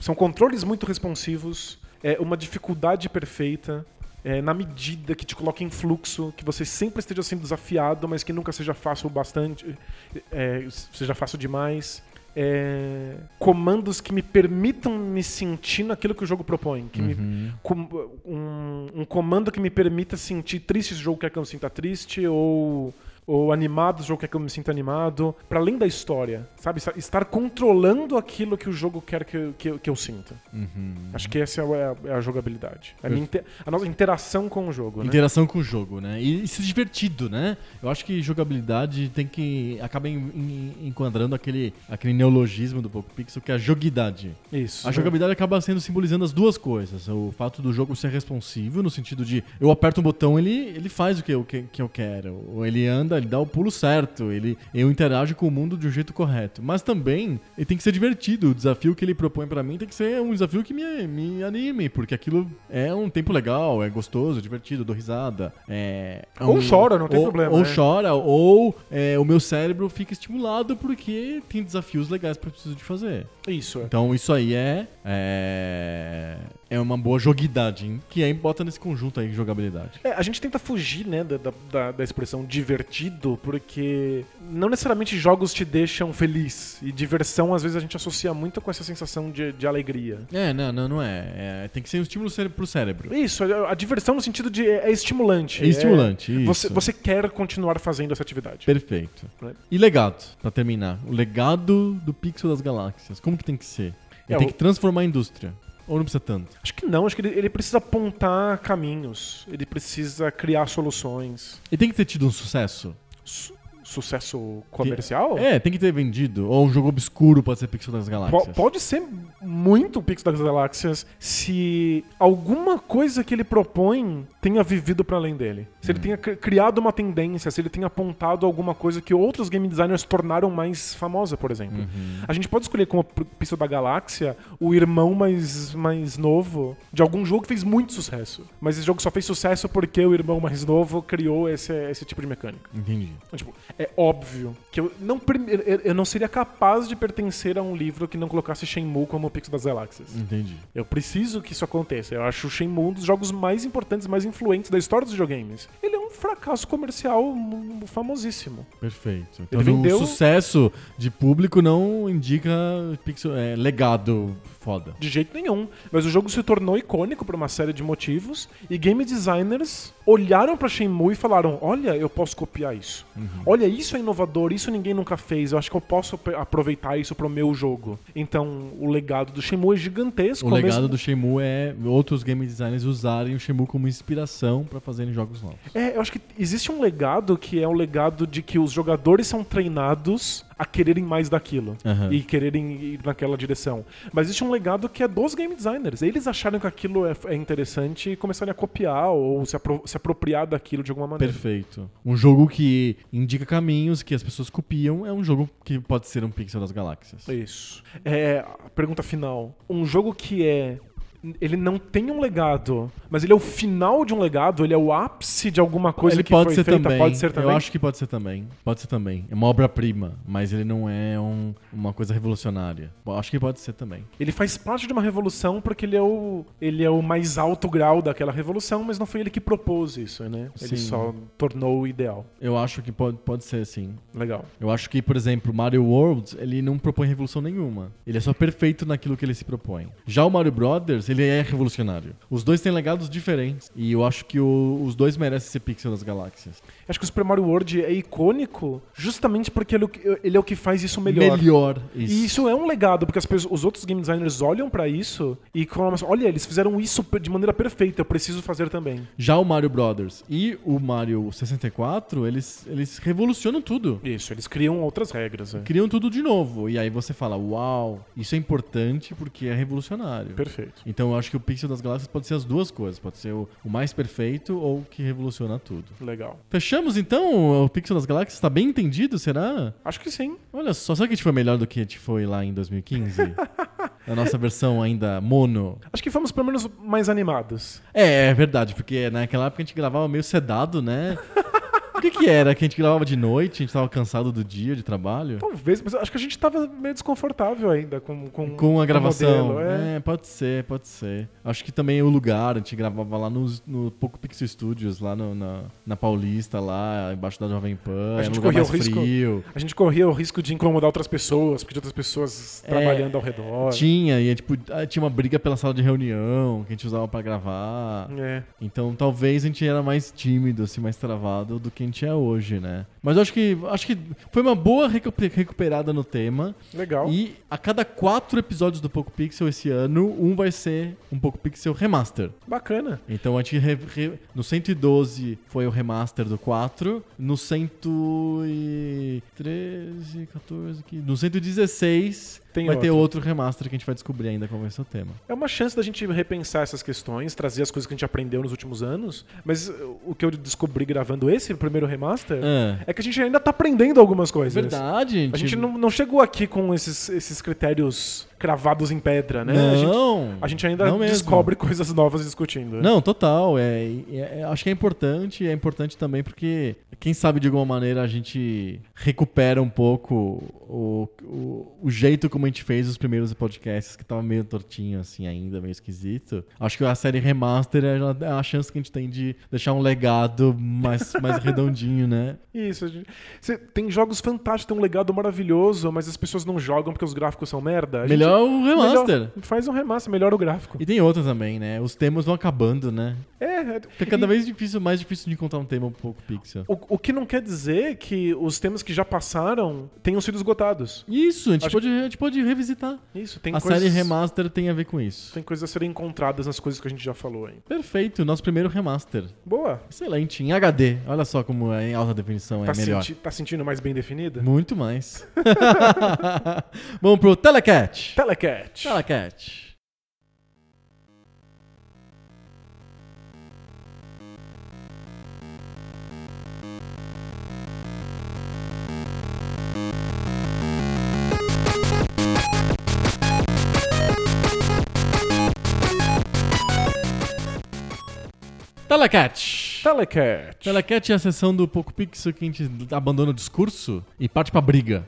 São controles muito responsivos, é uma dificuldade perfeita. é, na medida que te coloca em fluxo, que você sempre esteja sendo desafiado, mas que nunca seja fácil o bastante, é, seja fácil demais. É, comandos que me permitam me sentir naquilo que o jogo propõe, que me com- um, um comando que me permita sentir triste se o jogo quer que eu me sinta triste, ou, ou animado se o jogo quer que eu me sinta animado, para além da história, sabe? Estar- Estar controlando aquilo que o jogo quer que, eu- que, eu- que eu sinta. Uhum. Acho que essa é a, é a jogabilidade. É a, minha inte- a nossa interação com o jogo, né? Interação com o jogo, né? E, e ser divertido, né? Eu acho que jogabilidade tem que. acaba em- em- enquadrando aquele, aquele neologismo do Poco Pixel, que é a joguidade. Isso. A jogabilidade acaba sendo simbolizando as duas coisas. O fato do jogo ser responsivo, no sentido de eu aperto um botão, ele, ele faz o que eu, que, que eu quero. Ou ele anda, ele dá o pulo certo. Ele, eu interajo com o mundo de um jeito correto. Mas também, ele tem que ser divertido. O desafio que ele propõe pra mim tem que ser um desafio que me, me anime, porque aquilo é um tempo legal, é gostoso, divertido, eu dou risada. É, é Ou um- chora, não tem ou- problema, Ou né? chora, ou é, o meu cérebro fica estimulado porque tem desafios legais que eu preciso de fazer. Isso, é. Então isso aí é, é. é uma boa joguidade, hein? que aí bota nesse conjunto aí de jogabilidade. É, a gente tenta fugir, né, da, da- da, da expressão divertido, porque não necessariamente jogos te deixam feliz. E diversão, às vezes, a gente associa muito com essa sensação de, de alegria. É, não, não, não é. É, Tem que ser um estímulo cére- pro cérebro. Isso, a, a diversão no sentido de é, é estimulante. É estimulante, isso. Você, você quer continuar fazendo essa atividade. Perfeito. Né? E legado, pra terminar. O legado do Pixel das Galáxias. Como que tem que ser? Ele É, tem o- que transformar a indústria. Ou não precisa tanto? Acho que não, acho que ele, ele precisa apontar caminhos, ele precisa criar soluções. Ele tem que ter tido um sucesso. Su- sucesso comercial? É, tem que ter vendido. Ou um jogo obscuro pode ser Pixel das Galáxias. Po- pode ser muito o Pix das Galáxias se alguma coisa que ele propõe tenha vivido para além dele. Se ele tenha cri- criado uma tendência, se ele tenha apontado alguma coisa que outros game designers tornaram mais famosa, por exemplo. A gente pode escolher como pr- Pixel da Galáxia o irmão mais, mais novo de algum jogo que fez muito sucesso. Mas esse jogo só fez sucesso porque o irmão mais novo criou esse, esse tipo de mecânica. Entendi. Então, Tipo, é óbvio que eu não, perm- eu eu não seria capaz de pertencer a um livro que não colocasse Shenmue como o Pixel das Galáxias. Entendi. Eu preciso que isso aconteça. Eu acho o Shenmue um dos jogos mais importantes, mais influentes da história dos videogames. Ele é um um fracasso comercial m- famosíssimo. Perfeito. Ele Então, o vendeu- sucesso de público não indica pixel, é, legado foda. De jeito nenhum. Mas o jogo se tornou icônico por uma série de motivos e game designers olharam pra Shenmue e falaram: Olha, eu posso copiar isso. Uhum. Olha, isso é inovador, isso ninguém nunca fez. Eu acho que eu posso pe- aproveitar isso pro meu jogo. Então, o legado do Shenmue é gigantesco. O ao legado mesmo- do Shenmue é outros game designers usarem o Shenmue como inspiração pra fazerem jogos novos. É, eu acho que existe um legado que é o legado de que os jogadores são treinados a quererem mais daquilo Aham. e quererem ir naquela direção. Mas existe um legado que é dos game designers. Eles acharam que aquilo é, é interessante e começaram a copiar ou se, apro- se apropriar daquilo de alguma maneira. Perfeito. Um jogo que indica caminhos que as pessoas copiam é um jogo que pode ser um pixel das galáxias. Isso. É, a pergunta final. Um jogo que é. Ele não tem um legado, mas ele é o final de um legado, ele é o ápice de alguma coisa ele que pode foi ser, feita, também. pode ser também. Eu acho que pode ser também. Pode ser também. É uma obra-prima, mas ele não é um- uma coisa revolucionária. Eu acho que pode ser também. Ele faz parte de uma revolução porque ele é o, ele é o mais alto grau daquela revolução, mas não foi ele que propôs isso, né? Sim. Ele só tornou o ideal. Eu acho que pode, pode ser, sim. Legal. Eu acho que, por exemplo, Mario World, ele não propõe revolução nenhuma. Ele é só perfeito naquilo que ele se propõe. Já o Mario Brothers, ele é revolucionário. Os dois têm legados diferentes. E eu acho que o- os dois merecem ser pixel das galáxias. Acho que o Super Mario World é icônico justamente porque ele, é o que- ele é o que faz isso melhor. isso. E isso é um legado, porque as pessoas- os outros game designers olham pra isso e falam assim, olha, eles fizeram isso de maneira perfeita, eu preciso fazer também. Já o Mario Brothers e o Mario 64, eles, eles revolucionam tudo. Isso, eles criam outras regras. é. Criam tudo de novo. E aí você fala, uau, isso é importante porque é revolucionário. Perfeito. Então eu acho que o Pixel das Galáxias pode ser as duas coisas. Pode ser o, o mais perfeito ou o que revoluciona tudo. Legal. Fechamos então? O Pixel das Galáxias tá bem entendido, será? Acho que sim. Olha só, será que a gente foi melhor do que a gente foi lá em 2015? a nossa versão ainda mono. Acho que fomos pelo menos mais animados. É, é verdade, porque naquela época a gente gravava meio sedado, né? O que que era? Que a gente gravava de noite, a gente tava cansado do dia de trabalho? Talvez, mas eu acho que a gente tava meio desconfortável ainda com, com, Com a o gravação. modelo, é. é. pode ser, pode ser. Acho que também o lugar, a gente gravava lá nos- no Poco Pixel Studios, lá no- na, na Paulista, lá embaixo da Jovem Pan. A Era um gente lugar corria mais o risco. frio. A gente corria o risco de incomodar outras pessoas, porque tinha outras pessoas É. trabalhando ao redor. Tinha, e tipo, ah, tinha uma briga pela sala de reunião que a gente usava pra gravar. É. Então talvez a gente era mais tímido, assim, mais travado do que a gente é hoje, né? Mas eu acho que acho que foi uma boa recu- recuperada no tema. Legal. E a cada quatro episódios do Poco Pixel esse ano, um vai ser um Poco Pixel Remaster. Bacana. Então a gente re- re- no 112 foi o remaster do 4, no 113, 14, 15, no 116 Tem vai ter outro. outro remaster que a gente vai descobrir ainda qual vai ser o tema. É uma chance da gente repensar essas questões, trazer as coisas que a gente aprendeu nos últimos anos. Mas uh, o que eu descobri gravando esse primeiro remaster Ah. é que a gente ainda tá aprendendo algumas coisas. Verdade, A gente não, não chegou aqui com esses, esses critérios cravados em pedra, né? A gente- Não. a gente ainda Não mesmo. descobre coisas novas discutindo. né? Não, total. É, é- é- acho que é importante, é importante também porque, quem sabe, de alguma maneira, a gente recupera um pouco o, o, o jeito como a gente fez os primeiros podcasts, que tava meio tortinho, assim, ainda, meio esquisito. Acho que a série Remaster é a- é a chance que a gente tem de deixar um legado mais, mais redondinho, né? Isso. a gente- Cê- tem jogos fantásticos, tem um legado maravilhoso, mas as pessoas não jogam porque os gráficos são merda. A gente- Melhor o remaster. melhor- faz um remaster, melhora o gráfico. E tem outra também, né? Os temas vão acabando, né? É, é- Fica cada vez difícil, mais difícil de encontrar um tema um pouco pixel. o, o que não quer dizer que os temas que já passaram tenham sido esgotados. Isso, a gente, Acho- pode, a gente pode revisitar. Isso, tem a coisas. série remaster tem a ver com isso. Tem coisas a serem encontradas nas coisas que a gente já falou, hein? Perfeito, nosso primeiro remaster. Boa. Excelente, em HD. Olha só como é em alta definição Tá, é melhor. senti- tá sentindo mais bem definida? Muito mais. Vamos pro Telecat. Telecat. Telecat. Telecat. Telecat. Telecat é a sessão do Poco Pixel que a gente abandona o discurso e parte pra briga.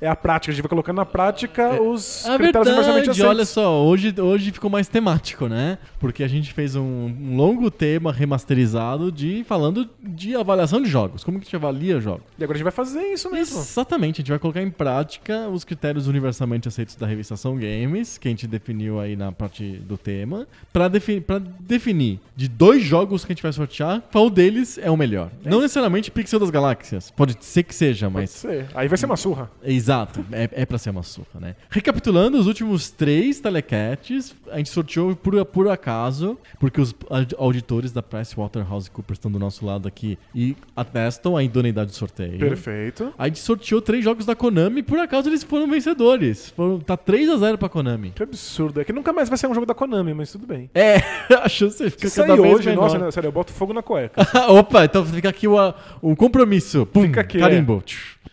É a prática, a gente vai colocando na prática os É critérios universalmente verdade, aceitos. olha só, hoje, hoje ficou mais temático, né? Porque a gente fez um, um longo tema remasterizado de falando de avaliação de jogos, como que a gente avalia jogos. E agora a gente vai fazer isso mesmo. Exatamente, a gente vai colocar em prática os critérios universalmente aceitos da revista Ação Games, que a gente definiu aí na parte do tema, pra, defi pra definir de dois jogos que a gente vai sortear, qual deles é o melhor. Não necessariamente Pixel das Galáxias, pode ser que seja, Pode mas ser. Aí vai ser uma surra. Exato, é, é pra ser uma surra, né? Recapitulando, os últimos três telecasts a gente sorteou por, por acaso, porque os aud- auditores da PricewaterhouseCoopers estão do nosso lado aqui e atestam a idoneidade do sorteio. Perfeito. A gente sorteou três jogos da Konami e por acaso eles foram vencedores. Foram, tá 3 a 0 pra Konami. Que absurdo. É que nunca mais vai ser um jogo da Konami, mas tudo bem. É, a chance fica Se sair cada vez hoje, menor. nossa, né, sério, eu boto fogo na cueca. Opa, então fica aqui o, o compromisso. Pum, Fica aqui, é. carimbo.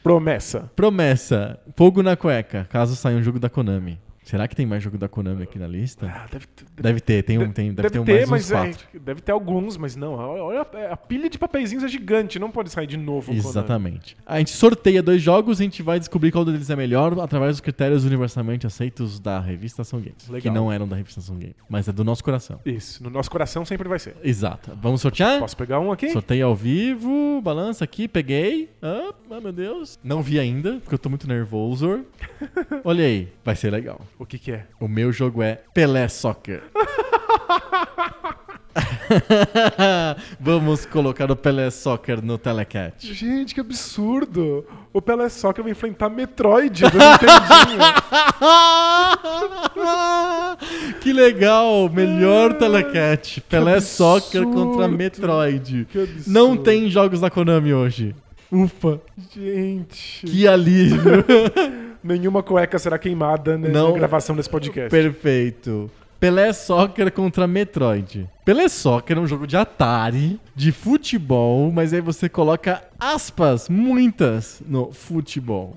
Promessa. Promessa: Fogo na cueca, caso saia um jogo da Konami. Será que tem mais jogo da Konami aqui na lista? Ah, deve, Deve ter, tem um, tem, deve, ter, um mais uns mas é, quatro. deve ter alguns, mas não. Olha, a- a pilha de papeizinhos é gigante, não pode sair de novo. Konami. Exatamente. A gente sorteia dois jogos e a gente vai descobrir qual deles é melhor através dos critérios universalmente aceitos da revista Ação Games. Legal. Que não eram da revista Ação Games, mas é do nosso coração. Isso, no nosso coração sempre vai ser. Exato. Vamos sortear? Posso pegar um aqui? Sorteio ao vivo, balança aqui, peguei. Ah, ah, meu Deus. Não vi ainda, porque eu tô muito nervoso. Olha aí, vai ser legal. O que que é? O meu jogo é Pelé Soccer. Vamos colocar o Pelé Soccer no Telecat. Gente, que absurdo! O Pelé é Soccer vai enfrentar Metroid do Nintendinho. que legal! Melhor Telecat. Pelé absurdo. Soccer contra Metroid. Que absurdo. Não tem jogos da Konami hoje. Ufa, Gente, que alívio. nenhuma cueca será queimada né, Não. na gravação desse podcast. Perfeito. Pelé Soccer contra Metroid. Pelé Soccer é um jogo de Atari, de futebol, mas aí você coloca aspas, muitas, no futebol.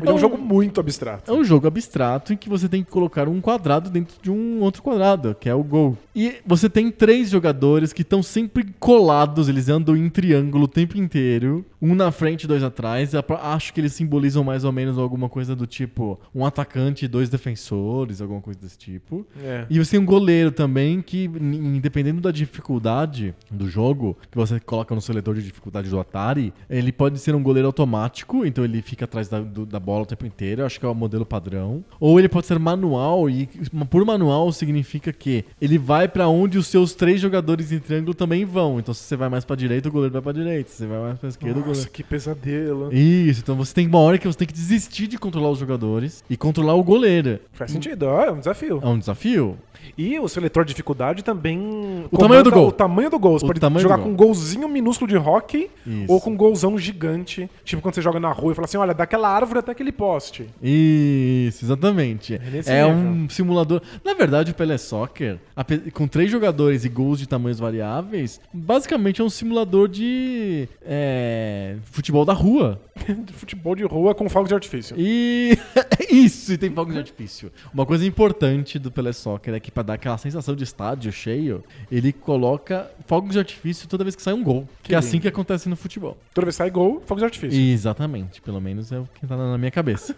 Ele é um jogo muito É abstrato. um jogo abstrato em que você tem que colocar um quadrado dentro de um outro quadrado, que é o gol. E você tem três jogadores que estão sempre colados, eles andam em triângulo o tempo inteiro, um na frente, dois atrás. Apa- Acho que eles simbolizam mais ou menos alguma coisa do tipo um atacante e dois defensores, alguma coisa desse tipo. É. E você tem um goleiro também que, n- dependendo da dificuldade do jogo, que você coloca no seletor de dificuldade do Atari, ele pode ser um goleiro automático, então ele fica atrás da, do- da bola o tempo inteiro, eu acho que é o modelo padrão. Ou ele pode ser manual, e por manual significa que ele vai pra onde os seus três jogadores em triângulo também vão. Então se você vai mais pra direita, o goleiro vai pra direita. Se você vai mais pra esquerda, o goleiro. Nossa, que pesadelo. Isso, então você tem uma hora que você tem que desistir de controlar os jogadores e controlar o goleiro. Faz sentido, ó, é um desafio. É um desafio. E o seletor de dificuldade também. O tamanho do gol. O tamanho do gol. Você O pode tamanho do jogar gol. com um golzinho minúsculo de hockey Isso. ou com um golzão gigante. Tipo quando você joga na rua e fala assim: olha, daquela árvore até aquele poste. Isso, exatamente. nesse É, nível. um simulador. Na verdade, o Pelé Soccer, ape- com três jogadores e gols de tamanhos variáveis, basicamente é um simulador de é, futebol da rua. Futebol de rua com fogo de artifício. E é isso, e tem fogos de artifício. Uma coisa importante do Pelé Soccer é que pra dar aquela sensação de estádio cheio, ele coloca fogos de artifício toda vez que sai um gol. Que, é assim lindo. que acontece no futebol. Toda vez que sai gol, fogo de artifício. Exatamente, pelo menos é o que tá na minha cabeça.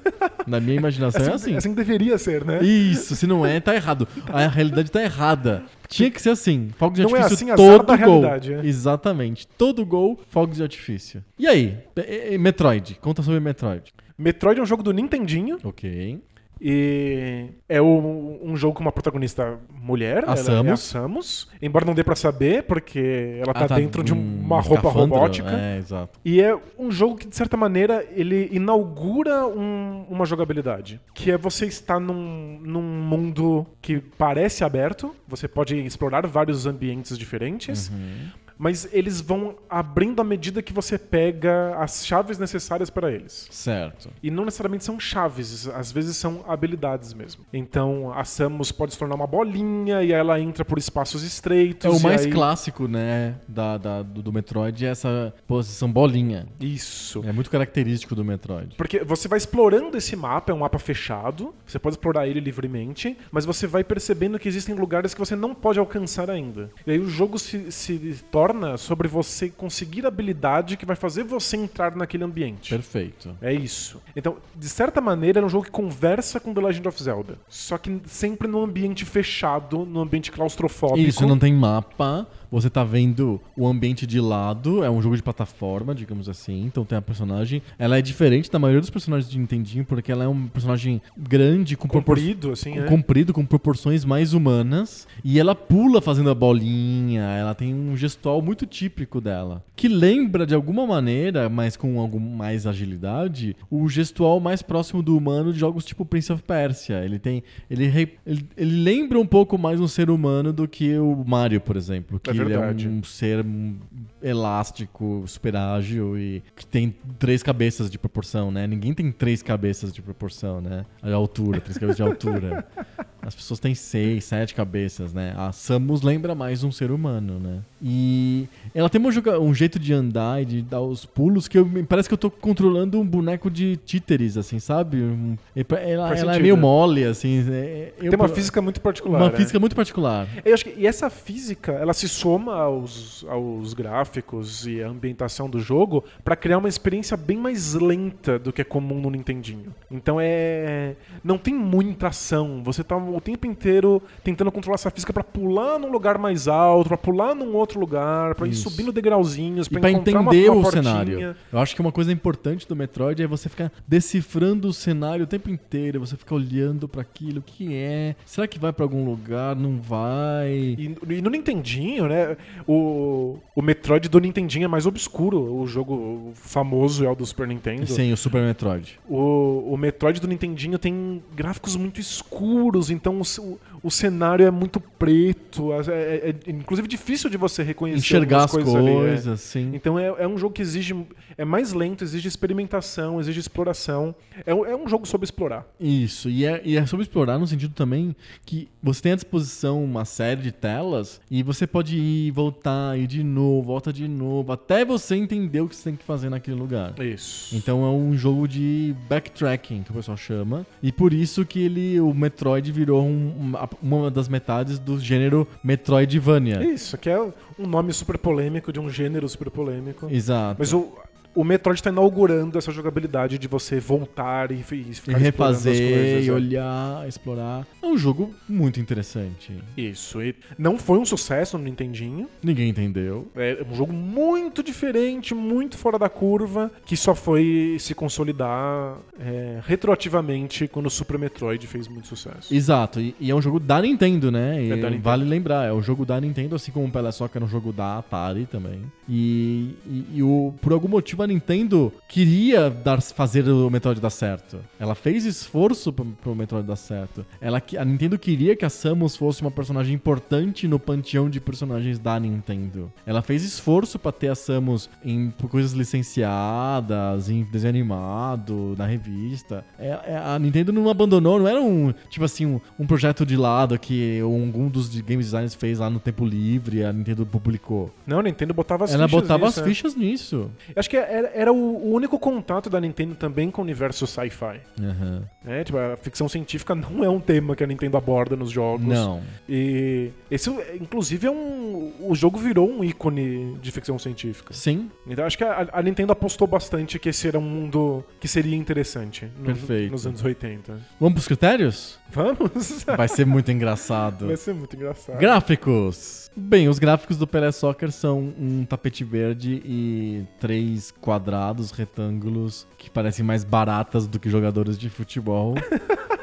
na minha imaginação é assim. É assim que deveria ser, né? Isso, se não é, tá errado. A realidade tá errada. Tinha que ser assim. Fogos de Não é artifício assim, azar todo da gol. realidade, é. Exatamente. Todo gol, fogos de artifício. E aí? E- e- Metroid. Conta sobre Metroid. Metroid é um jogo do Nintendinho Ok. e é um, um jogo com uma protagonista mulher, A ela é a Samus. Samus. Embora não dê pra saber, porque ela tá, Ah, dentro de hum, uma roupa escafandro. robótica. É, exato. E é um jogo que, de certa maneira, ele inaugura um- uma jogabilidade. Que é você estar num, num mundo que parece aberto, você pode explorar vários ambientes diferentes. Uhum. Mas eles vão abrindo à medida que você pega as chaves necessárias para eles. Certo. E não necessariamente são chaves, às vezes são habilidades mesmo. Então a Samus pode se tornar uma bolinha e aí ela entra por espaços estreitos. É o e mais aí- clássico, né, da, da- do, do Metroid é essa posição bolinha. Isso. É muito característico do Metroid. Porque você vai explorando esse mapa, é um mapa fechado, você pode explorar ele livremente, mas você vai percebendo que existem lugares que você não pode alcançar ainda. E aí o jogo se, se torna sobre você conseguir habilidade que vai fazer você entrar naquele ambiente. Perfeito. É isso. Então, de certa maneira, é um jogo que conversa com The Legend of Zelda. Só que sempre num ambiente fechado, num ambiente claustrofóbico. Isso, não tem mapa, você tá vendo o ambiente de lado, é um jogo de plataforma, digamos assim, então tem a personagem. Ela é diferente da maioria dos personagens de Nintendinho, porque ela é um personagem grande, com propor- Comprido, assim, com- um é. comprido, com proporções mais humanas. E ela pula fazendo a bolinha, ela tem um gestual muito típico dela. Que lembra, de alguma maneira, mas com algum mais agilidade, o gestual mais próximo do humano de jogos tipo Prince of Persia. Ele tem. Ele, re- ele, ele lembra um pouco mais um ser humano do que o Mario, por exemplo. Que É ele é verdade. um ser hum, elástico, super ágil e que tem três cabeças de proporção, né? Ninguém tem três cabeças de proporção, né? A altura, três cabeças de altura. As pessoas têm seis, sete cabeças, né? A Samus lembra mais um ser humano, né? E ela tem um, joga- um jeito de andar e de dar os pulos que eu, me parece que eu tô controlando um boneco de títeres, assim, sabe? Um- e pa- Ela, Faz ela é sentido. meio mole, assim. é- eu- Tem uma física muito particular. uma né? física muito particular. Eu acho que, e essa física, ela se soma aos, aos gráficos e à ambientação do jogo pra criar uma experiência bem mais lenta do que é comum no Nintendinho. Então é. Não tem muita ação. Você tá o tempo inteiro tentando controlar essa física pra pular num lugar mais alto, pra pular num outro lugar, pra ir Isso. subindo degrauzinhos, pra, E pra encontrar uma- entender uma o portinha. cenário. Eu acho que uma coisa importante do Metroid é você ficar decifrando o cenário o tempo inteiro, você ficar olhando pra aquilo, o que é? Será que vai pra algum lugar? Não vai? E, e no Nintendinho, né? O, o Metroid do Nintendinho é mais obscuro. O jogo famoso é o do Super Nintendo. Sem o Super Metroid. O, o Metroid do Nintendinho tem gráficos muito escuros, então o, ce- o- o cenário é muito preto, é, é- é, inclusive difícil de você reconhecer Enxergar as algumas coisas, né? ali, é. sim. Então é, é um jogo que exige. É mais lento, exige experimentação, exige exploração. É, um- é um jogo sobre explorar. Isso, e é, e é sobre explorar no sentido também que você tem à disposição uma série de telas e você pode ir, voltar, ir de novo, volta de novo, até você entender o que você tem que fazer naquele lugar. Isso. Então é um jogo de backtracking, que o pessoal chama. E por isso que ele, o Metroid virou um- uma- uma das metades do gênero Metroidvania. Isso, que é um nome super polêmico, de um gênero super polêmico. Exato. Mas o, o Metroid tá inaugurando essa jogabilidade de você voltar e, fi- E ficar explorando as refazer, coisas. e é. olhar, explorar. É um jogo muito interessante. Isso, e não foi um sucesso no Nintendinho. Ninguém entendeu. É um jogo muito diferente, muito fora da curva, que só foi se consolidar é, retroativamente quando o Super Metroid fez muito sucesso. Exato, e, e é um jogo da Nintendo, né? E É da Nintendo. Vale lembrar, é um jogo da Nintendo, assim como o Pelé Soccer é um jogo da Atari também. E, e- e o, por algum motivo a Nintendo queria dar, fazer o Metroid dar certo. Ela fez esforço pro, pro Metroid dar certo. Ela, que- a Nintendo queria que a Samus fosse uma personagem importante no panteão de personagens da Nintendo. Ela fez esforço pra ter a Samus em coisas licenciadas, em desenho animado, na revista. É- é- a Nintendo não abandonou, não era um, tipo assim, um, um projeto de lado que algum dos de- game designers fez lá no tempo livre, a Nintendo publicou. Não, a Nintendo botava as Ela fichas botava nisso, as né? fichas nisso. Acho que era, era o, o único contato da Nintendo também com o universo sci-fi. Aham. né? Tipo, a ficção científica não é um tema que a Nintendo aborda nos jogos. Não. E esse, inclusive, é um. O jogo virou um ícone de ficção científica. Sim, Então acho que a, a Nintendo apostou bastante que esse era um mundo que seria interessante no- Perfeito. nos anos 80. Vamos pros critérios? Vamos? Vai ser muito engraçado. Vai ser muito engraçado. Gráficos! Bem, os gráficos do Pelé Soccer são um tapete verde e três quadrados retângulos que parecem mais baratas do que jogadores de futebol.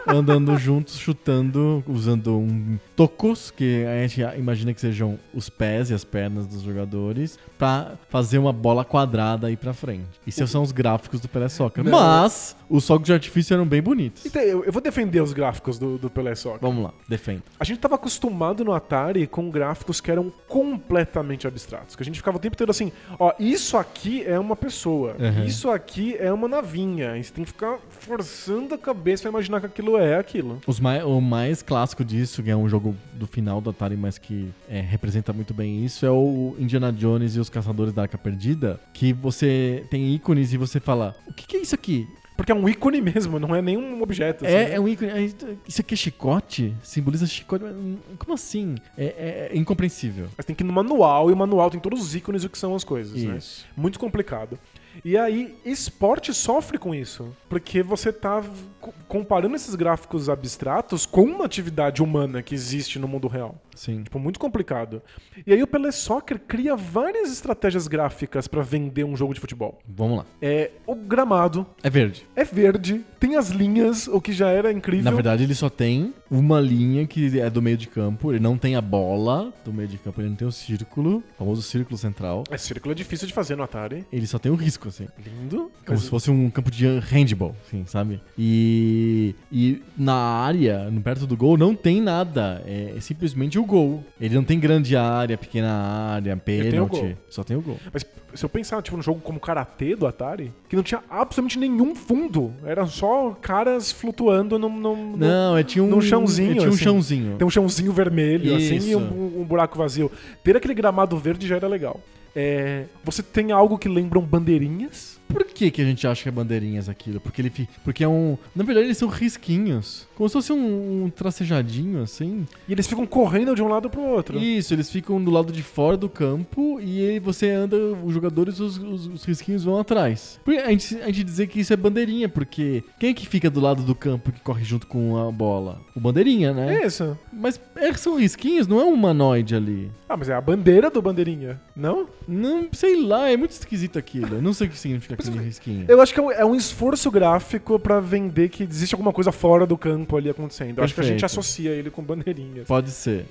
Andando juntos, chutando, usando um tocos, que a gente imagina que sejam os pés e as pernas dos jogadores, pra fazer uma bola quadrada aí pra frente. Isso são os gráficos do Pelé Soccer. Não. Mas os fogos de artifício eram bem bonitos. Então, eu, eu vou defender os gráficos do, do Pelé Soccer. Vamos lá, defenda. A gente tava acostumado no Atari com gráficos que eram completamente abstratos. Que a gente ficava o tempo inteiro assim, ó, isso aqui é uma pessoa, Uhum. isso aqui é uma navinha. E você tem que ficar forçando a cabeça pra imaginar que aquilo é aquilo. Os mai- o mais clássico disso, que é um jogo do final do Atari, mas que é, representa muito bem isso, é o Indiana Jones e os Caçadores da Arca Perdida, que você tem ícones e você fala, o que, que é isso aqui? Porque é um ícone mesmo, não é nenhum objeto. assim, É, né? é um ícone. é, Isso aqui é chicote? Simboliza chicote? Mas, hum, Como assim? É, é- é incompreensível. Mas tem que ir no manual, e o manual tem todos os ícones e o que são as coisas, né? Isso. Muito complicado. E aí, esporte sofre com isso. Porque você tá v- co- comparando esses gráficos abstratos com uma atividade humana que existe no mundo real. Sim. Tipo, muito complicado. E aí o Pelé Soccer cria várias estratégias gráficas pra vender um jogo de futebol. Vamos lá. É, o gramado É verde. é verde, tem as linhas, o que já era incrível. Na verdade, ele só tem uma linha que é do meio de campo. Ele não tem a bola do meio de campo, ele não tem o círculo, o famoso círculo central. É círculo é difícil de fazer no Atari. Ele só tem o risco, assim. Lindo. Como mas- se fosse um campo de handball, assim, sabe? E, e na área, no perto do gol, não tem nada. É, é simplesmente o gol. Ele não tem grande área, pequena área, Ele tem o pênalti. gol. Só tem o gol. Mas se eu pensar, tipo, num jogo como Karatê do Atari, que não tinha absolutamente nenhum fundo. Era só caras flutuando num... num- num- Não, é, tinha um num chãozinho, é, tinha um assim. chãozinho. Tem um chãozinho vermelho, assim, e Isso. um, um buraco vazio. Ter aquele gramado verde já era legal. É, você tem algo que lembram bandeirinhas? Por que, que a gente acha que é bandeirinhas aquilo? Porque ele fi- porque é um, na verdade eles são risquinhos, como se fosse um, um tracejadinho assim. E eles ficam correndo de um lado pro outro. Isso, eles ficam do lado de fora do campo e aí você anda, os jogadores, os, os- os risquinhos vão atrás. Por- A gente, a gente dizer que isso é bandeirinha, porque quem é que fica do lado do campo que corre junto com a bola? O bandeirinha, né? É isso. Mas é, são risquinhos, não é um humanoide ali. Ah, mas é a bandeira do bandeirinha, não? Não, sei lá, é muito esquisito aquilo. Eu não sei o que significa aquele risquinho. Eu acho que é um- é um esforço gráfico pra vender que existe alguma coisa fora do campo ali acontecendo. Eu acho que a gente Perfeito. associa ele com bandeirinhas. Pode ser.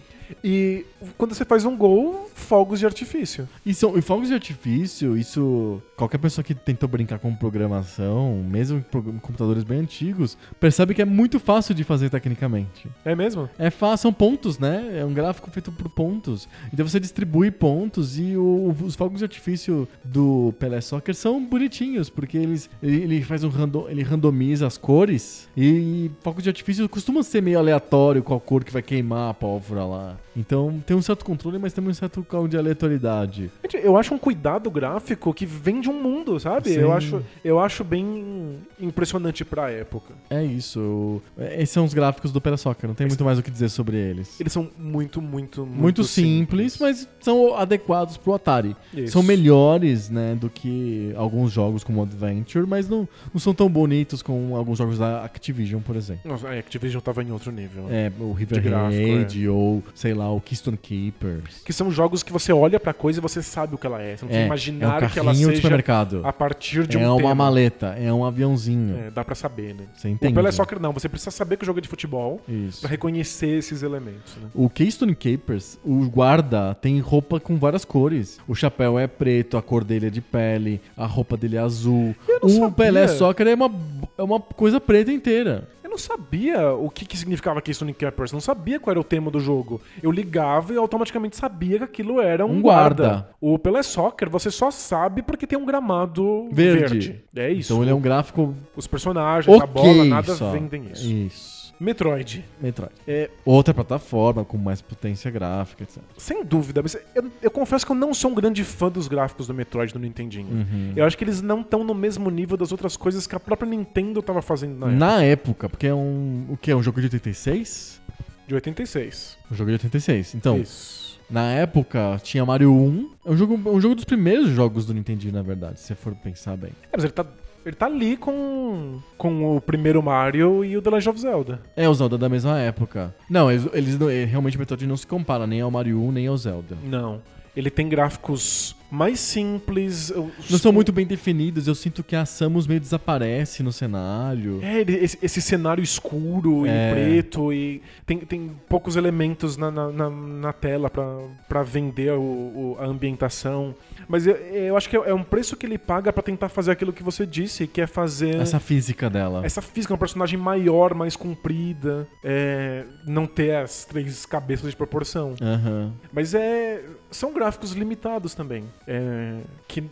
E quando você faz um gol, fogos de artifício. E, são, e fogos de artifício, isso. Qualquer pessoa que tentou brincar com programação, mesmo em prog- computadores bem antigos, percebe que é muito fácil de fazer tecnicamente. É mesmo? É fácil, são pontos, né? É um gráfico feito por pontos. Então você distribui pontos e o- os fogos de artifício do Pelé Soccer são bonitinhos, porque eles, ele, ele faz um rando- ele randomiza as cores e, fogos de artifício costuma ser meio aleatório qual cor que vai queimar a pólvora lá. Então tem um certo controle, mas também um certo caldo de aleatoriedade. Gente, Eu acho um cuidado gráfico que vem de um mundo, sabe? Sim. Eu acho, eu acho bem impressionante pra época. É isso. o- Esses são os gráficos do Pera Soccer, não tem muito mais o que dizer sobre eles. Eles são muito, muito, muito, Muito, simples, mas são adequados pro Atari. Isso. São melhores, né, do que alguns jogos como Adventure, mas não, não são tão bonitos como alguns jogos da Activision, por exemplo. Nossa, a Activision tava em outro nível. né? É, o River De gráfico, é. Raid ou, sei lá, o Keystone Keepers. Que são jogos que você olha pra coisa e você sabe o que ela é. Você não precisa É, é um imaginar carrinho que ela de seja supermercado. a partir de É um uma tema. maleta, é um aviãozinho. É, dá pra saber, né? Você O entende? Pelé Soccer não, você precisa saber que o jogo é de futebol Isso. pra reconhecer esses elementos, né? O Keystone Capers, o guarda, tem roupa com várias cores. O chapéu é preto, a cor dele é de pele, a roupa dele é azul. Eu não O sabia. Pelé Soccer é uma, é uma coisa preta inteira. Eu não sabia o que, que significava Keystone Capers, não sabia qual era o tema do jogo. Eu ligava e automaticamente sabia que aquilo era um, Um guarda. O Pelé é Soccer você só sabe porque tem um gramado verde. Verde. É isso. Então ele é um gráfico Os personagens, ok a bola, nada só. vendem isso. Isso. Metroid. Metroid. É, Outra plataforma com mais potência gráfica, etc. sem dúvida, mas eu, eu confesso que eu não sou um grande fã dos gráficos do Metroid do Nintendinho. Uhum. Eu acho que eles não estão no mesmo nível das outras coisas que a própria Nintendo estava fazendo na época. Na época, porque é um... O que é? Um jogo de 86? De 86. Um jogo de 86. Então, Isso. Na época tinha Mario 1. É um jogo, é um jogo dos primeiros jogos do Nintendinho, na verdade, se você for pensar bem. É, mas ele tá, ele tá ali com, com o primeiro Mario e o The Legend of Zelda. É o Zelda da mesma época. Não, eles, eles não- eh, realmente o Metroid não se compara nem ao Mario 1, nem ao Zelda. Não. Ele tem gráficos mais simples. os- Não são muito bem definidos, eu sinto que a Samus meio desaparece no cenário. É, ele- esse, esse cenário escuro e É. preto e tem, tem poucos elementos na, na, na- na tela pra pra vender o- o- a ambientação. Mas eu, eu acho que é um preço que ele paga pra tentar fazer aquilo que você disse, que é fazer Essa física dela. Essa física é uma personagem maior, mais comprida, é, não ter as três cabeças de proporção. Aham. Mas é, são gráficos limitados também. é, que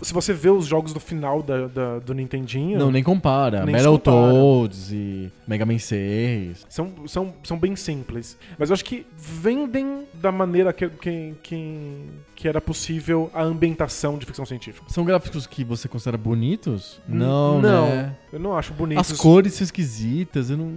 Se você vê os jogos do final da, da- do Nintendinho. Não, nem compara. Nem se compara. Battletoads e Mega Man 6. São, são, são bem simples. Mas eu acho que vendem da maneira que, que, que, que era possível a ambientação de ficção científica. São gráficos que você considera bonitos? Não, Hum, não. né? Eu não acho bonito. As cores são esquisitas, eu não.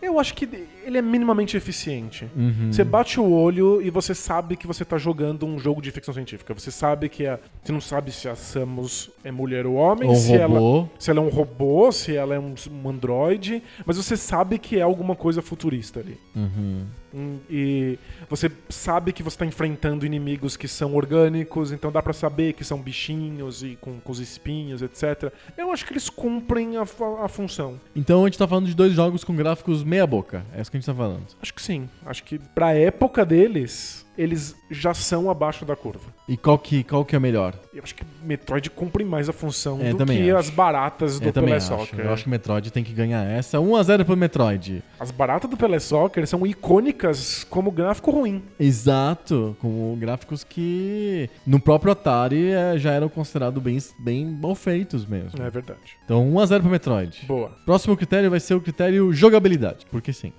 Eu acho que ele é minimamente eficiente. Uhum. Você bate o olho e você sabe que você tá jogando um jogo de ficção científica. Você sabe que a. Você não sabe se a Samus é mulher ou homem, Ou se um ela. robô. Se ela é um robô, se ela é um, um androide, mas você sabe que é alguma coisa futurista ali. Uhum. Hum, E você sabe que você está enfrentando inimigos que são orgânicos, então dá pra saber que são bichinhos e com, com os espinhos, etc. Eu acho que eles cumprem a, fa- a função. Então a gente tá falando de dois jogos com gráficos meia boca. É isso que a gente tá falando. Acho que sim. Acho que pra época deles, eles já são abaixo da curva. E qual que, qual que é o melhor? Eu acho que Metroid cumpre mais a função É, do também que acho. as baratas do é. eu É, também Pelé acho. Soccer. Eu acho que o Metroid tem que ganhar essa. 1x0 pro Metroid. As baratas do Pelé Soccer são icônicas como gráfico ruim. Exato. Com gráficos que no próprio Atari eh, já eram considerados bem, bem mal feitos mesmo. É verdade. Então 1x0 pro Metroid. Boa. Próximo critério vai ser o critério jogabilidade. Porque sim.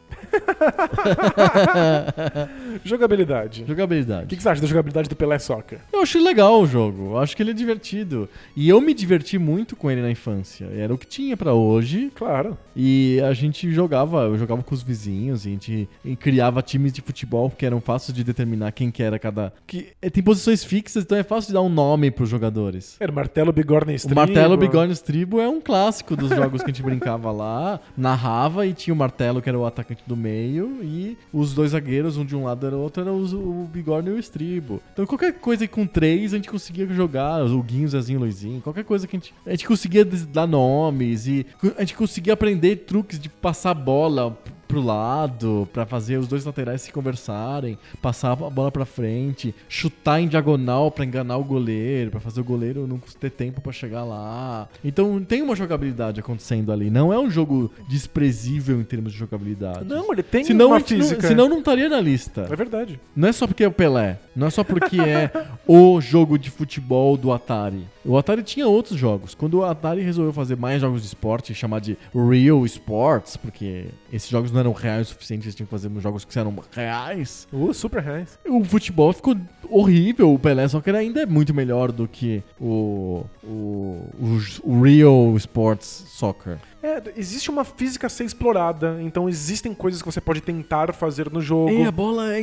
Jogabilidade. Jogabilidade. O que, que você acha da jogabilidade do Pelé Soccer? Eu acho legal o jogo, eu acho que ele é divertido. E eu me diverti muito com ele na infância. Era o que tinha pra hoje. Claro. E a gente jogava, eu jogava com os vizinhos, e a gente e criava times de futebol que eram fáceis de determinar quem que era cada. Que eh, tem posições fixas, então é fácil de dar um nome pros jogadores. Era É, martelo, bigorna O e estribo. Martelo Bigorna Tribo é um clássico dos jogos que a gente brincava lá, narrava e tinha o Martelo, que era o atacante do meio, e os dois zagueiros, um de um lado e o outro, era os- o Bigorna e o Estribo. Então qualquer coisa com três a gente conseguia jogar, o Guinho, o Zezinho, o Luizinho, qualquer coisa que a gente. A gente conseguia des- dar nomes e co- a gente conseguia aprender truques de passar a bola p- pro lado, pra fazer os dois laterais se conversarem, passar a bola pra frente, chutar em diagonal pra enganar o goleiro, pra fazer o goleiro não ter tempo pra chegar lá. Então tem uma jogabilidade acontecendo ali, não é um jogo desprezível em termos de jogabilidade. Não, ele tem Senão, a uma gente não- física. senão não estaria na lista. É verdade. Não é só porque é o Pelé. Não é só porque é o jogo de futebol do Atari. O Atari tinha outros jogos. Quando o Atari resolveu fazer mais jogos de esporte, chamar de Real Sports, porque esses jogos não eram reais o suficiente, eles tinham que fazer uns jogos que eram reais. Uh, super reais. O futebol ficou horrível. O Pelé Soccer ainda é muito melhor do que o, o, o, o Real Sports Soccer. É, existe uma física a ser explorada, então existem coisas que você pode tentar fazer no jogo. É, a bola é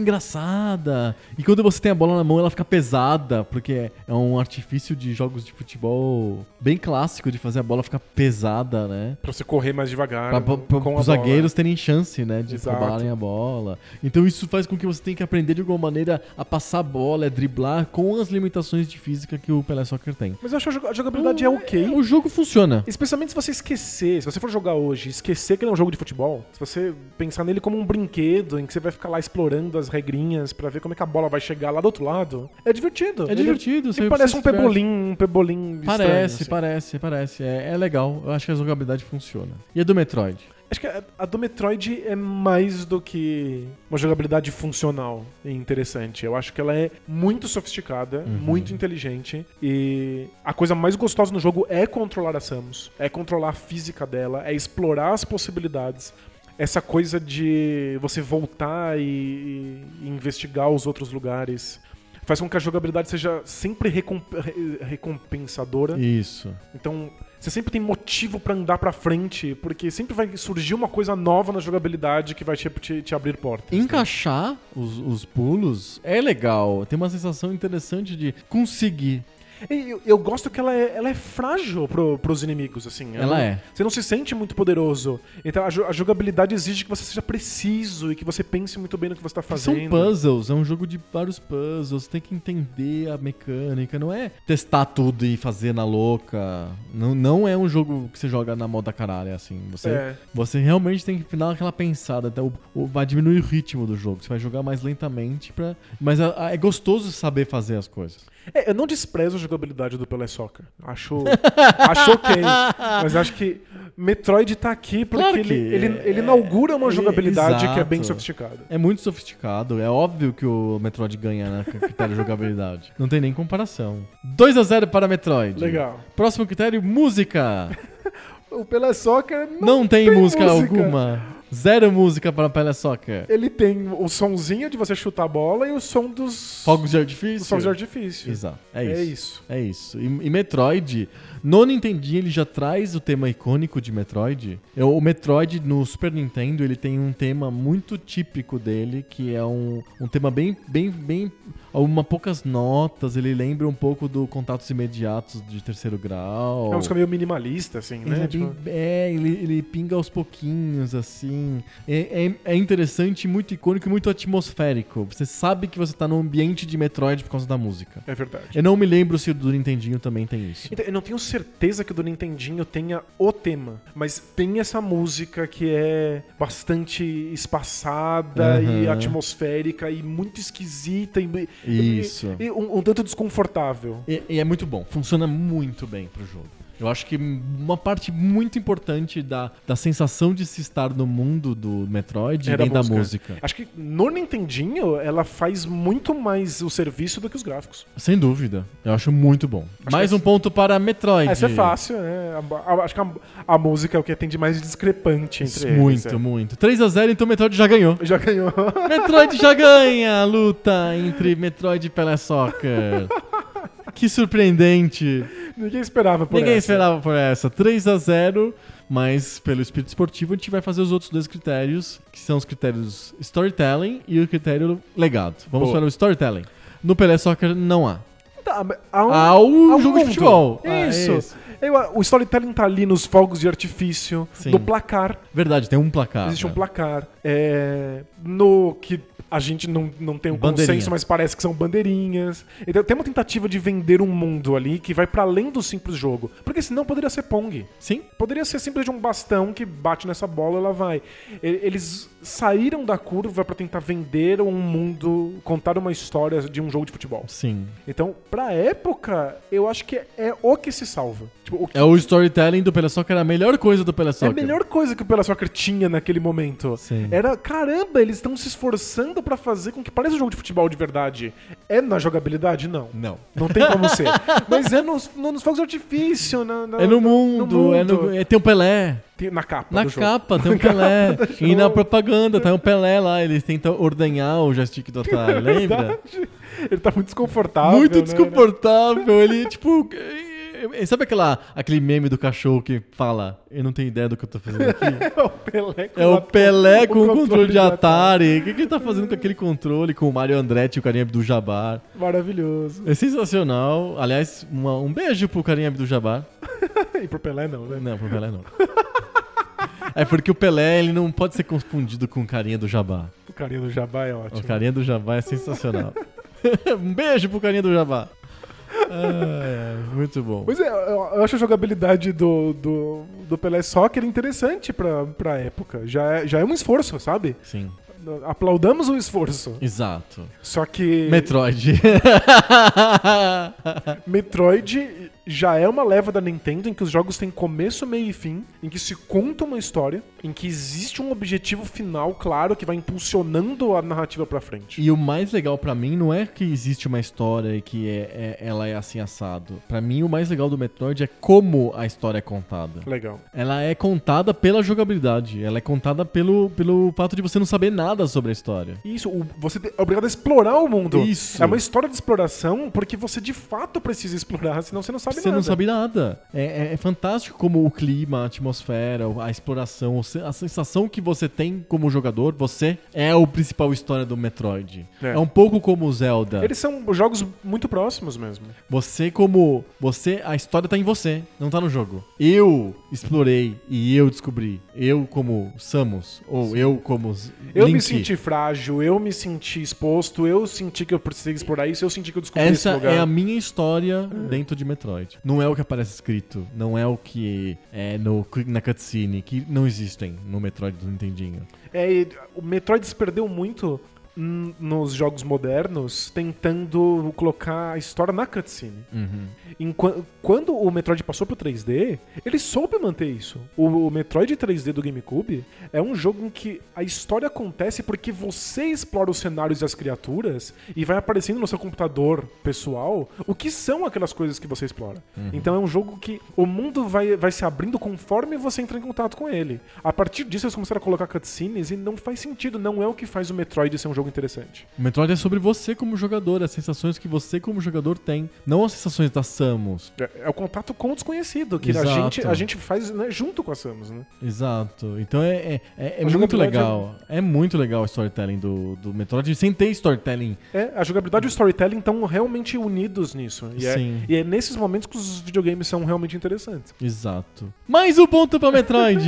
engraçada. E quando você tem a bola na mão, ela fica pesada, porque é- é um artifício de jogos de futebol bem clássico de fazer a bola ficar pesada, né? Pra você correr mais devagar. Para com a os bola. zagueiros terem chance, né, de Exato. roubarem a bola. Então isso faz com que você tenha que aprender de alguma maneira a passar a bola, a driblar com as limitações de física que o Pelé Soccer tem. Mas eu acho a joga- a jogabilidade é ok. O jogo funciona. Especialmente se você esquecer, se você for jogar hoje, e esquecer que ele é um jogo de futebol, se você pensar nele como um brinquedo em que você vai ficar lá explorando as regrinhas pra ver como é que a bola vai chegar lá do outro lado, é divertido. É divertido, Ele, você- ele parece você um se diverte. pebolim, um pebolim Parece, estranho, assim. parece, parece. É, é legal. Eu acho que a jogabilidade funciona. E a do Metroid? Acho que a, a do Metroid é mais do que uma jogabilidade funcional e interessante. Eu acho que ela é muito sofisticada, muito inteligente. E a coisa mais gostosa no jogo é controlar a Samus, é controlar a física dela, é explorar as possibilidades. Essa coisa de você voltar e- e investigar os outros lugares faz com que a jogabilidade seja sempre recom- re- recompensadora. Isso. Então, você sempre tem motivo pra andar pra frente, porque sempre vai surgir uma coisa nova na jogabilidade que vai te, te- te abrir portas. né? encaixar os, os pulos é legal. Tem uma sensação interessante de conseguir. E Eu, eu gosto que ela é, ela é frágil pro, pros inimigos, assim. Ela é. Você não se sente muito poderoso. Então, a, jo- a jogabilidade exige que você seja preciso e que você pense muito bem no que você tá fazendo. São puzzles, é um jogo de vários puzzles, tem que entender a mecânica, não é testar tudo e fazer na louca. Não, não é um jogo que você joga na moda caralho, assim. Você, É. você realmente tem que dar aquela pensada, até o, o- vai diminuir o ritmo do jogo, você vai jogar mais lentamente pra. Mas a- a- é gostoso saber fazer as coisas. É, eu não desprezo a jogabilidade do Pelé Soccer. Acho, acho ok. Mas acho que Metroid tá aqui porque Claro que ele, ele, é- ele inaugura uma é- jogabilidade que é bem exato. sofisticada. É muito sofisticado. É óbvio que o Metroid ganha na critério de jogabilidade. Não tem nem comparação. 2 a 0 para Metroid. Legal. Próximo critério, música. O Pelé Soccer não, Não, tem, música, música. alguma. Zero música para Pelé Soccer. Ele tem o sonzinho de você chutar a bola e o som dos Fogos de artifício. dos fogos de artifício. Exato. É É isso. isso. É isso. E, e Metroid, no Nintendinho ele já traz o tema icônico de Metroid. Eu- o Metroid no Super Nintendo ele tem um tema muito típico dele, que é um, um tema bem, bem, bem, uma poucas notas. Ele lembra um pouco do Contatos Imediatos de Terceiro Grau. É uma música meio minimalista, assim, Ele né? é, Tipo, bem- é, ele, ele pinga aos pouquinhos, assim. É, é, é interessante, muito icônico e muito atmosférico. Você sabe que você tá num ambiente de Metroid por causa da música. é verdade. Eu não me lembro se o do Nintendinho também tem isso. Então, eu não tenho certeza que o do Nintendinho tenha o tema, mas tem essa música que é bastante espaçada e Aham. atmosférica e muito esquisita e, Isso. e- e um, um tanto desconfortável. E, e é muito bom, funciona muito bem pro jogo. Eu acho que uma parte muito importante da, da sensação de se estar no mundo do Metroid É vem da música. Acho que no Nintendinho ela faz muito mais o serviço do que os gráficos. Sem dúvida. Eu acho muito bom. Mais que é um ponto para Metroid. Essa é fácil, né? A- a- acho que a, a música é o que tem de mais discrepante entre eles. Muito, muito. 3 a 0 então o Metroid já ganhou. é. Já ganhou. Metroid já ganha a luta entre Metroid e Pelé Soccer. Que surpreendente. Ninguém esperava por Ninguém essa. esperava por essa. 3 a 0 mas pelo espírito esportivo a gente vai fazer os outros dois critérios, que são os critérios storytelling e o critério legado. Vamos Boa. para o storytelling. No Pelé Soccer não há. Tá, mas há um, Há o há jogo um de mundo. futebol. Ah, Isso. é isso. Eu- o storytelling tá ali nos fogos de artifício, Sim. do placar. Verdade, tem um placar. Existe um né? placar. é, no que a gente não, não tem um Bandeirinha. consenso, mas parece que são bandeirinhas. Então tem uma tentativa de vender um mundo ali que vai pra além do simples jogo. Porque senão poderia ser Pong. Sim? Poderia ser simplesmente um bastão que bate nessa bola e ela vai. E- Eles saíram da curva pra tentar vender um mundo, contar uma história de um jogo de futebol. Sim. Então, pra época, eu acho que é o que se salva. Tipo, o que É o storytelling do Pelé Soccer, a melhor coisa do Pelé é a Soccer. melhor coisa que o Pela Soccer tinha naquele momento. Sim. Era, caramba, eles estão se esforçando pra fazer com que pareça um jogo de futebol de verdade. É na jogabilidade? Não. Não. Não tem como ser. Mas é nos, no- nos fogos de artifício, na, na- É no mundo, É no, é, tem o Pelé. Tem- na capa tá Na do Tá jogo. capa tem um Pelé. E na propaganda tá um Pelé lá. Eles tentam ordenhar o joystick do um Atari, lembra? Ele tá muito desconfortável. Muito né? desconfortável. Ele, tipo. eh, Sabe aquela, aquele meme do cachorro que fala: Eu não tenho ideia do que eu tô fazendo aqui? É o Pelé com É o a- Pelé com o controle controle de de Atari. O que, que ele tá fazendo com aquele controle, com o Mario Andretti e o carinha do Jabar? Maravilhoso. É sensacional. Aliás, uma- um beijo pro carinha do Jabar. E pro Pelé não, né? Não, pro Pelé não. É porque o Pelé ele não pode ser confundido com o carinha do Jabá. O carinha do Jabá é O ótimo. carinha do Jabá é sensacional. um beijo pro carinha do Jabá. Ai, ai, muito bom. Pois é, eu eu acho a jogabilidade do, do, do Pelé Soccer é interessante pra, pra época. Já é, já é um esforço, sabe? Sim, Aplaudamos o esforço. exato. Só que Metroid. Metroid já é uma leva da Nintendo em que os jogos têm começo, meio e fim, em que se conta uma história, em que existe um objetivo final claro que vai impulsionando a narrativa pra frente. e o mais legal pra mim não é que existe uma história e que é, é- ela é assim assado. Pra mim o mais legal do Metroid é como a história é contada. Legal. Ela é contada pela jogabilidade. Ela é contada pelo, pelo fato de você não saber nada sobre a história. Isso, o- você te- é obrigado a explorar o mundo. Isso. É uma história de exploração porque você de fato precisa explorar, senão você não sabe Você nada. não sabe nada. É, é- é fantástico como o clima, a atmosfera, a exploração, o se- a sensação que você tem como jogador, você é o principal história do Metroid. É, É. um pouco como o Zelda. Eles são jogos muito próximos mesmo. Você como você, a história tá em você, não tá no jogo. Eu explorei e eu descobri. Eu como Samus ou eu como Z- Eu me Link. senti frágil, eu me senti exposto, eu senti que eu precisei explorar isso, eu senti que eu descobri Essa esse lugar. É. é a minha história dentro de Metroid. Não é o que aparece escrito, não é o que é no, na cutscene, que não existem no Metroid do Nintendinho. É, e o Metroid se perdeu muito n- nos jogos modernos tentando colocar a história na cutscene. Enqua- quando o Metroid passou pro 3D, ele soube manter isso. O, o Metroid 3D do GameCube é um jogo em que a história acontece porque você explora os cenários e as criaturas e vai aparecendo no seu computador pessoal o que são aquelas coisas que você explora. Então é um jogo que o mundo vai, vai se abrindo conforme você entra em contato com ele. A partir disso eles começaram a colocar cutscenes e não faz sentido, não é o que faz o Metroid ser um jogo interessante. O Metroid é sobre você como jogador, as sensações que você como jogador tem, não as sensações da Samus. É, é o contato com o desconhecido, que Exato. a gente, a gente faz né, junto com a Samus, né? Exato. Então é, é, é- é O jogo muito do Metroid legal. É... muito legal o storytelling do, do Metroid, sem ter storytelling. É, a jogabilidade e o storytelling estão realmente unidos nisso. E, Sim. É, e é nesses momentos que os videogames são realmente interessantes. Exato. Mais um ponto pra Metroid!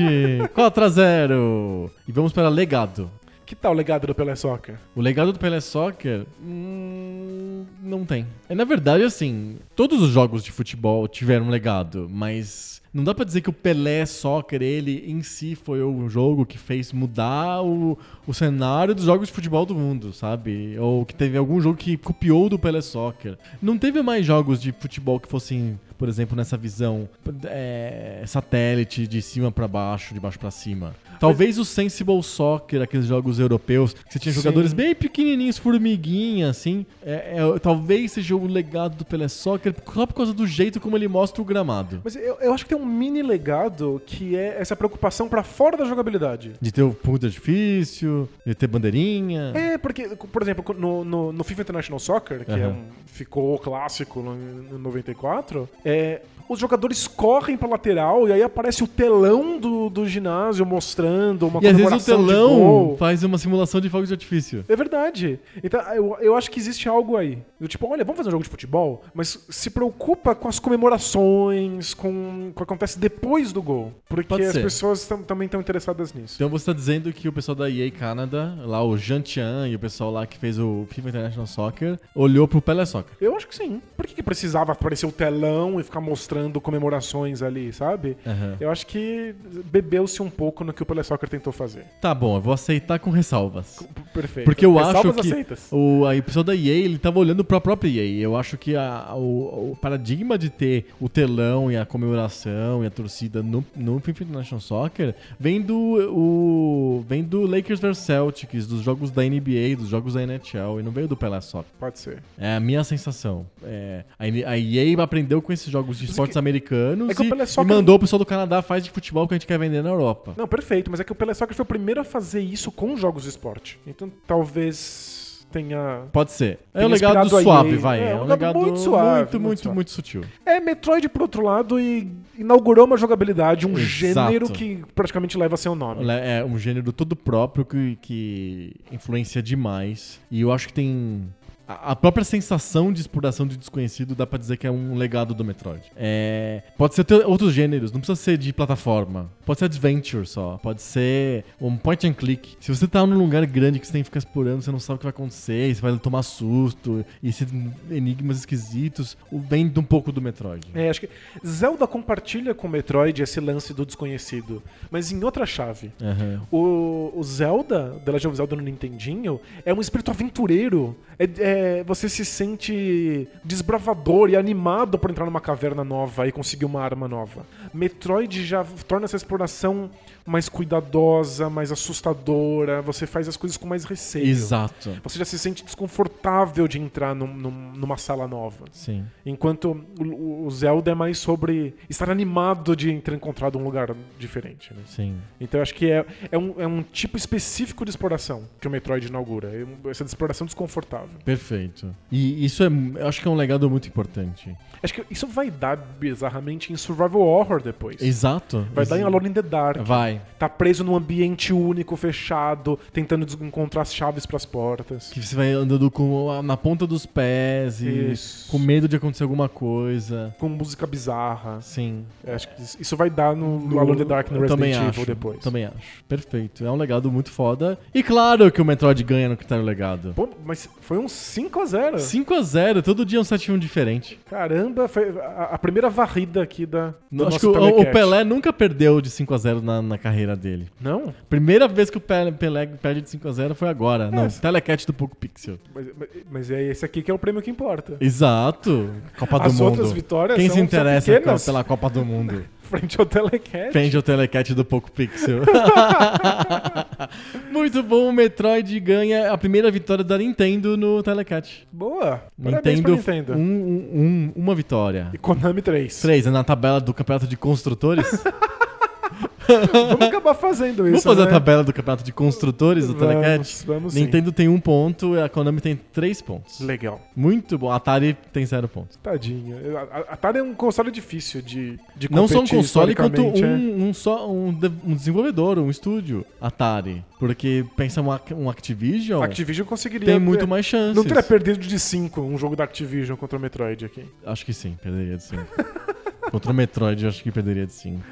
4 a 0 E vamos para Legado. Que tal o legado do Pelé Soccer? O legado do Pelé Soccer. Hum, não tem. É, na verdade, assim, todos os jogos de futebol tiveram um legado, mas. Não dá pra dizer que o Pelé Soccer, ele em si, foi o jogo que fez mudar o, o cenário dos jogos de futebol do mundo, sabe? Ou que teve algum jogo que copiou do Pelé Soccer. Não teve mais jogos de futebol que fossem, por exemplo, nessa visão é, satélite, de cima pra baixo, de baixo pra cima. Talvez o Sensible Soccer, aqueles jogos europeus, que você tinha Sim. jogadores bem pequenininhos, formiguinha, assim. É, é, talvez seja o legado do Pelé Soccer só por causa do jeito como ele mostra o gramado. Mas eu, eu acho que tem um mini legado que é essa preocupação pra fora da jogabilidade. De ter o puta difícil, de ter bandeirinha. É, porque, por exemplo, no, no, no FIFA International Soccer, que é Aham. um- ficou clássico no, no 94, é, os jogadores correm pra lateral e aí aparece o telão do, do ginásio mostrando uma E às vezes o comemoração de telão gol. faz uma simulação de fogos de artifício. É verdade. Então, eu, eu acho que existe algo aí. Do tipo, olha, vamos fazer um jogo de futebol, mas se preocupa com as comemorações, com com o que acontece depois do gol. Porque Pode as ser. pessoas tam- também estão interessadas nisso. Então você tá dizendo que o pessoal da EA Canada, lá o Jean Tian e o pessoal lá que fez o FIFA International Soccer, olhou pro Pelé Soccer. Eu acho que sim. Por que, que precisava aparecer o telão e ficar mostrando comemorações ali, sabe? Aham. Eu acho que bebeu-se um pouco no que o Pelé Soccer tentou fazer. Tá bom, eu vou aceitar com ressalvas. P- Perfeito. Porque eu acho Ressalvas que aceitas. o, aí o pessoal da EA, ele tava olhando pra própria EA. Eu acho que a- o, o paradigma de ter o telão e a comemoração e a torcida no, no FIFA International Soccer vem do, o, vem do Lakers vs Celtics, dos jogos da NBA, dos jogos da NHL, e não veio do Pelé Soccer. Pode ser. É a minha sensação. É, a, N- a EA aprendeu com esses jogos de Mas é esportes que- americanos é que o e, Pelé Soccer- e mandou o pessoal do Canadá faz de futebol que a gente quer vender na Europa. Não, perfeito, mas é que o Pelé Soccer foi o primeiro a fazer isso com jogos de esporte. Então talvez tenha. Pode ser. É Tem um legado inspirado a suave, EA. vai. É, um legado muito suave, Muito, muito muito, suave. sutil. É Metroid por outro lado e inaugurou uma jogabilidade, um Exato. gênero que praticamente leva seu nome. Le- É um gênero todo próprio que, que influencia demais. E eu acho que tem. A a própria sensação de exploração de desconhecido dá pra dizer que é um legado do Metroid. É, pode ser ter outros gêneros, não precisa ser de plataforma. Pode ser adventure só. Pode ser um point and click. Se você tá num lugar grande que você tem que ficar explorando, você não sabe o que vai acontecer, você vai tomar susto, e esses enigmas esquisitos, o- vem de um pouco do Metroid. É, acho que Zelda compartilha com Metroid esse lance do desconhecido, mas em outra chave. Aham. O, o Zelda, The Legend of Zelda no Nintendinho, é um espírito aventureiro. É, é- você se sente desbravador e animado por entrar numa caverna nova e conseguir uma arma nova. Metroid já torna essa exploração mais cuidadosa, mais assustadora. Você faz as coisas com mais receio. Exato. Você já se sente desconfortável de entrar num- num- numa sala nova. assim. Sim. Enquanto o, o Zelda é mais sobre estar animado de ter encontrado um lugar diferente. Né? Sim. Então eu acho que é, é, um, é um tipo específico de exploração que o Metroid inaugura. É um- Essa exploração desconfortável. Perfeito. E isso é, eu acho que é um legado muito importante. Acho que isso vai dar bizarramente em Survival Horror depois. Exato. Vai dar em Ex- Alone in the Dark. Vai. Tá preso num ambiente único, fechado, tentando des- encontrar as chaves pras portas. Que você vai andando com, na ponta dos pés e Isso. com medo de acontecer alguma coisa. Com música bizarra. Sim. Eu Acho que isso- isso vai dar no, no Alone in the Dark no Eu Resident também Evil acho, depois. Também acho. Perfeito. É um legado muito foda. E claro que o Metroid ganha no critério legado. Pô, mas foi um 5x0. 5x0, todo dia é um 7x1 diferente. Caramba, foi a, a primeira varrida aqui da. do Acho nosso que o, o telecast. Pelé nunca perdeu de 5x0 na, na carreira dele. Não? Primeira vez que o Pelé, Pelé perde de 5x0 foi agora. Não, Essa. telecat do Poco Pixel. Mas, mas- mas é esse aqui que é o prêmio que importa. Exato. Copa As do Mundo. outras vitórias Quem são- se são interessa pequenas. pela Copa do Mundo? Frente ao Telecast. Pende o telecat do Poco Pixel. Muito bom, o Metroid ganha a primeira vitória da Nintendo no telecat. Boa. Parabéns Nintendo, pra Nintendo. Um, um- um- uma vitória. E Konami 3. Três, é na tabela do campeonato de construtores? Vamos acabar fazendo Vamos isso. fazer né? a tabela do campeonato de construtores do Vamos, Telecat? vamos sim. Nintendo tem um ponto e a Konami tem três pontos. Legal. Muito bom. A Atari tem zero pontos. Tadinho. A- a- Atari é um console difícil de, de Não só um competir console quanto historicamente, é. um, um só um, de- um desenvolvedor, um estúdio, Atari. Porque pensa um, Ac- um Activision, Activision conseguiria. tem muito é, mais chances. Não teria perdido de 5 um jogo da Activision contra o Metroid aqui. Acho que sim, perderia de 5. Contra o Metroid, eu acho que perderia de 5.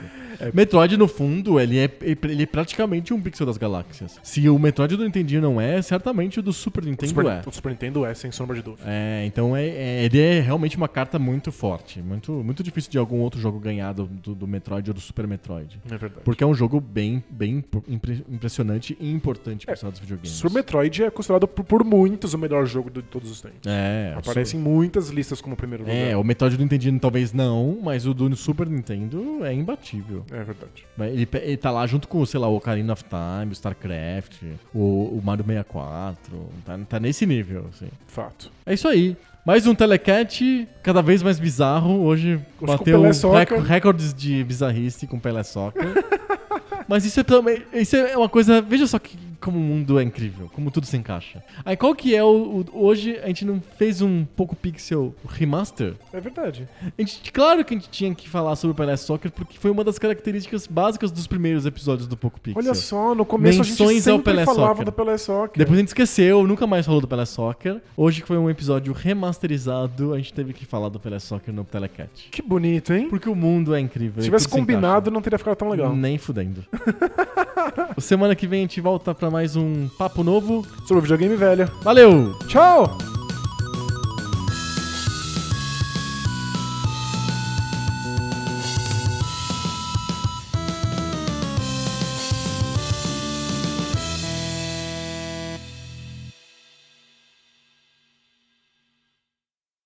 É. Metroid, no fundo, ele é, ele é praticamente um pixel das galáxias. Se o Metroid do Nintendinho não é, certamente o do Super O Nintendo Super, é. o Super Nintendo é, sem sombra de dúvida. É, então é, é- ele é realmente uma carta muito forte. Muito, muito difícil de algum outro jogo ganhar do, do, do Metroid ou do Super Metroid. É, verdade. Porque é um jogo bem, bem impor- impre- impressionante e importante para o cenário dos videogames. É, Super Metroid é considerado por, por muitos o melhor jogo de todos os tempos. É, o Aparece em né? muitas listas como primeiro Super- lugar. É, o Metroid do Nintendinho talvez não, mas o do Super Nintendo é imbatível. É verdade. Mas Ele, pe- ele tá lá junto com, sei lá, o Ocarina of Time, o StarCraft, o, o Mario 64. Tá, tá nesse nível, assim. Fato. É isso aí. Mais um telecat, cada vez mais bizarro. Hoje com bateu Pelé Soccer. reco- recordes de bizarrice com Pelé Soccer. Mas isso é, também- isso é uma coisa. Veja só que, como o mundo é incrível, como tudo se encaixa. Aí qual que é o, o- Hoje a gente não fez um pouco pixel remaster? É verdade. A gente, claro que a gente tinha que falar sobre o Pelé Soccer, porque foi uma das características básicas dos primeiros episódios do Poco Pixel. Olha só, no começo a gente Menções ao sempre Pelé falava Soccer. do Pelé Soccer. Depois a gente esqueceu, nunca mais falou do Pelé Soccer. Hoje que foi um episódio remasterizado, a gente teve que falar do Pelé Soccer no Telecat. Que bonito, hein? Porque o mundo é incrível. e Se tivesse tudo se combinado, não teria ficado tão encaixa. legal. Nem fudendo. Semana que vem a gente volta pra mais um papo novo. Sobre o videogame velho. Valeu! Tchau!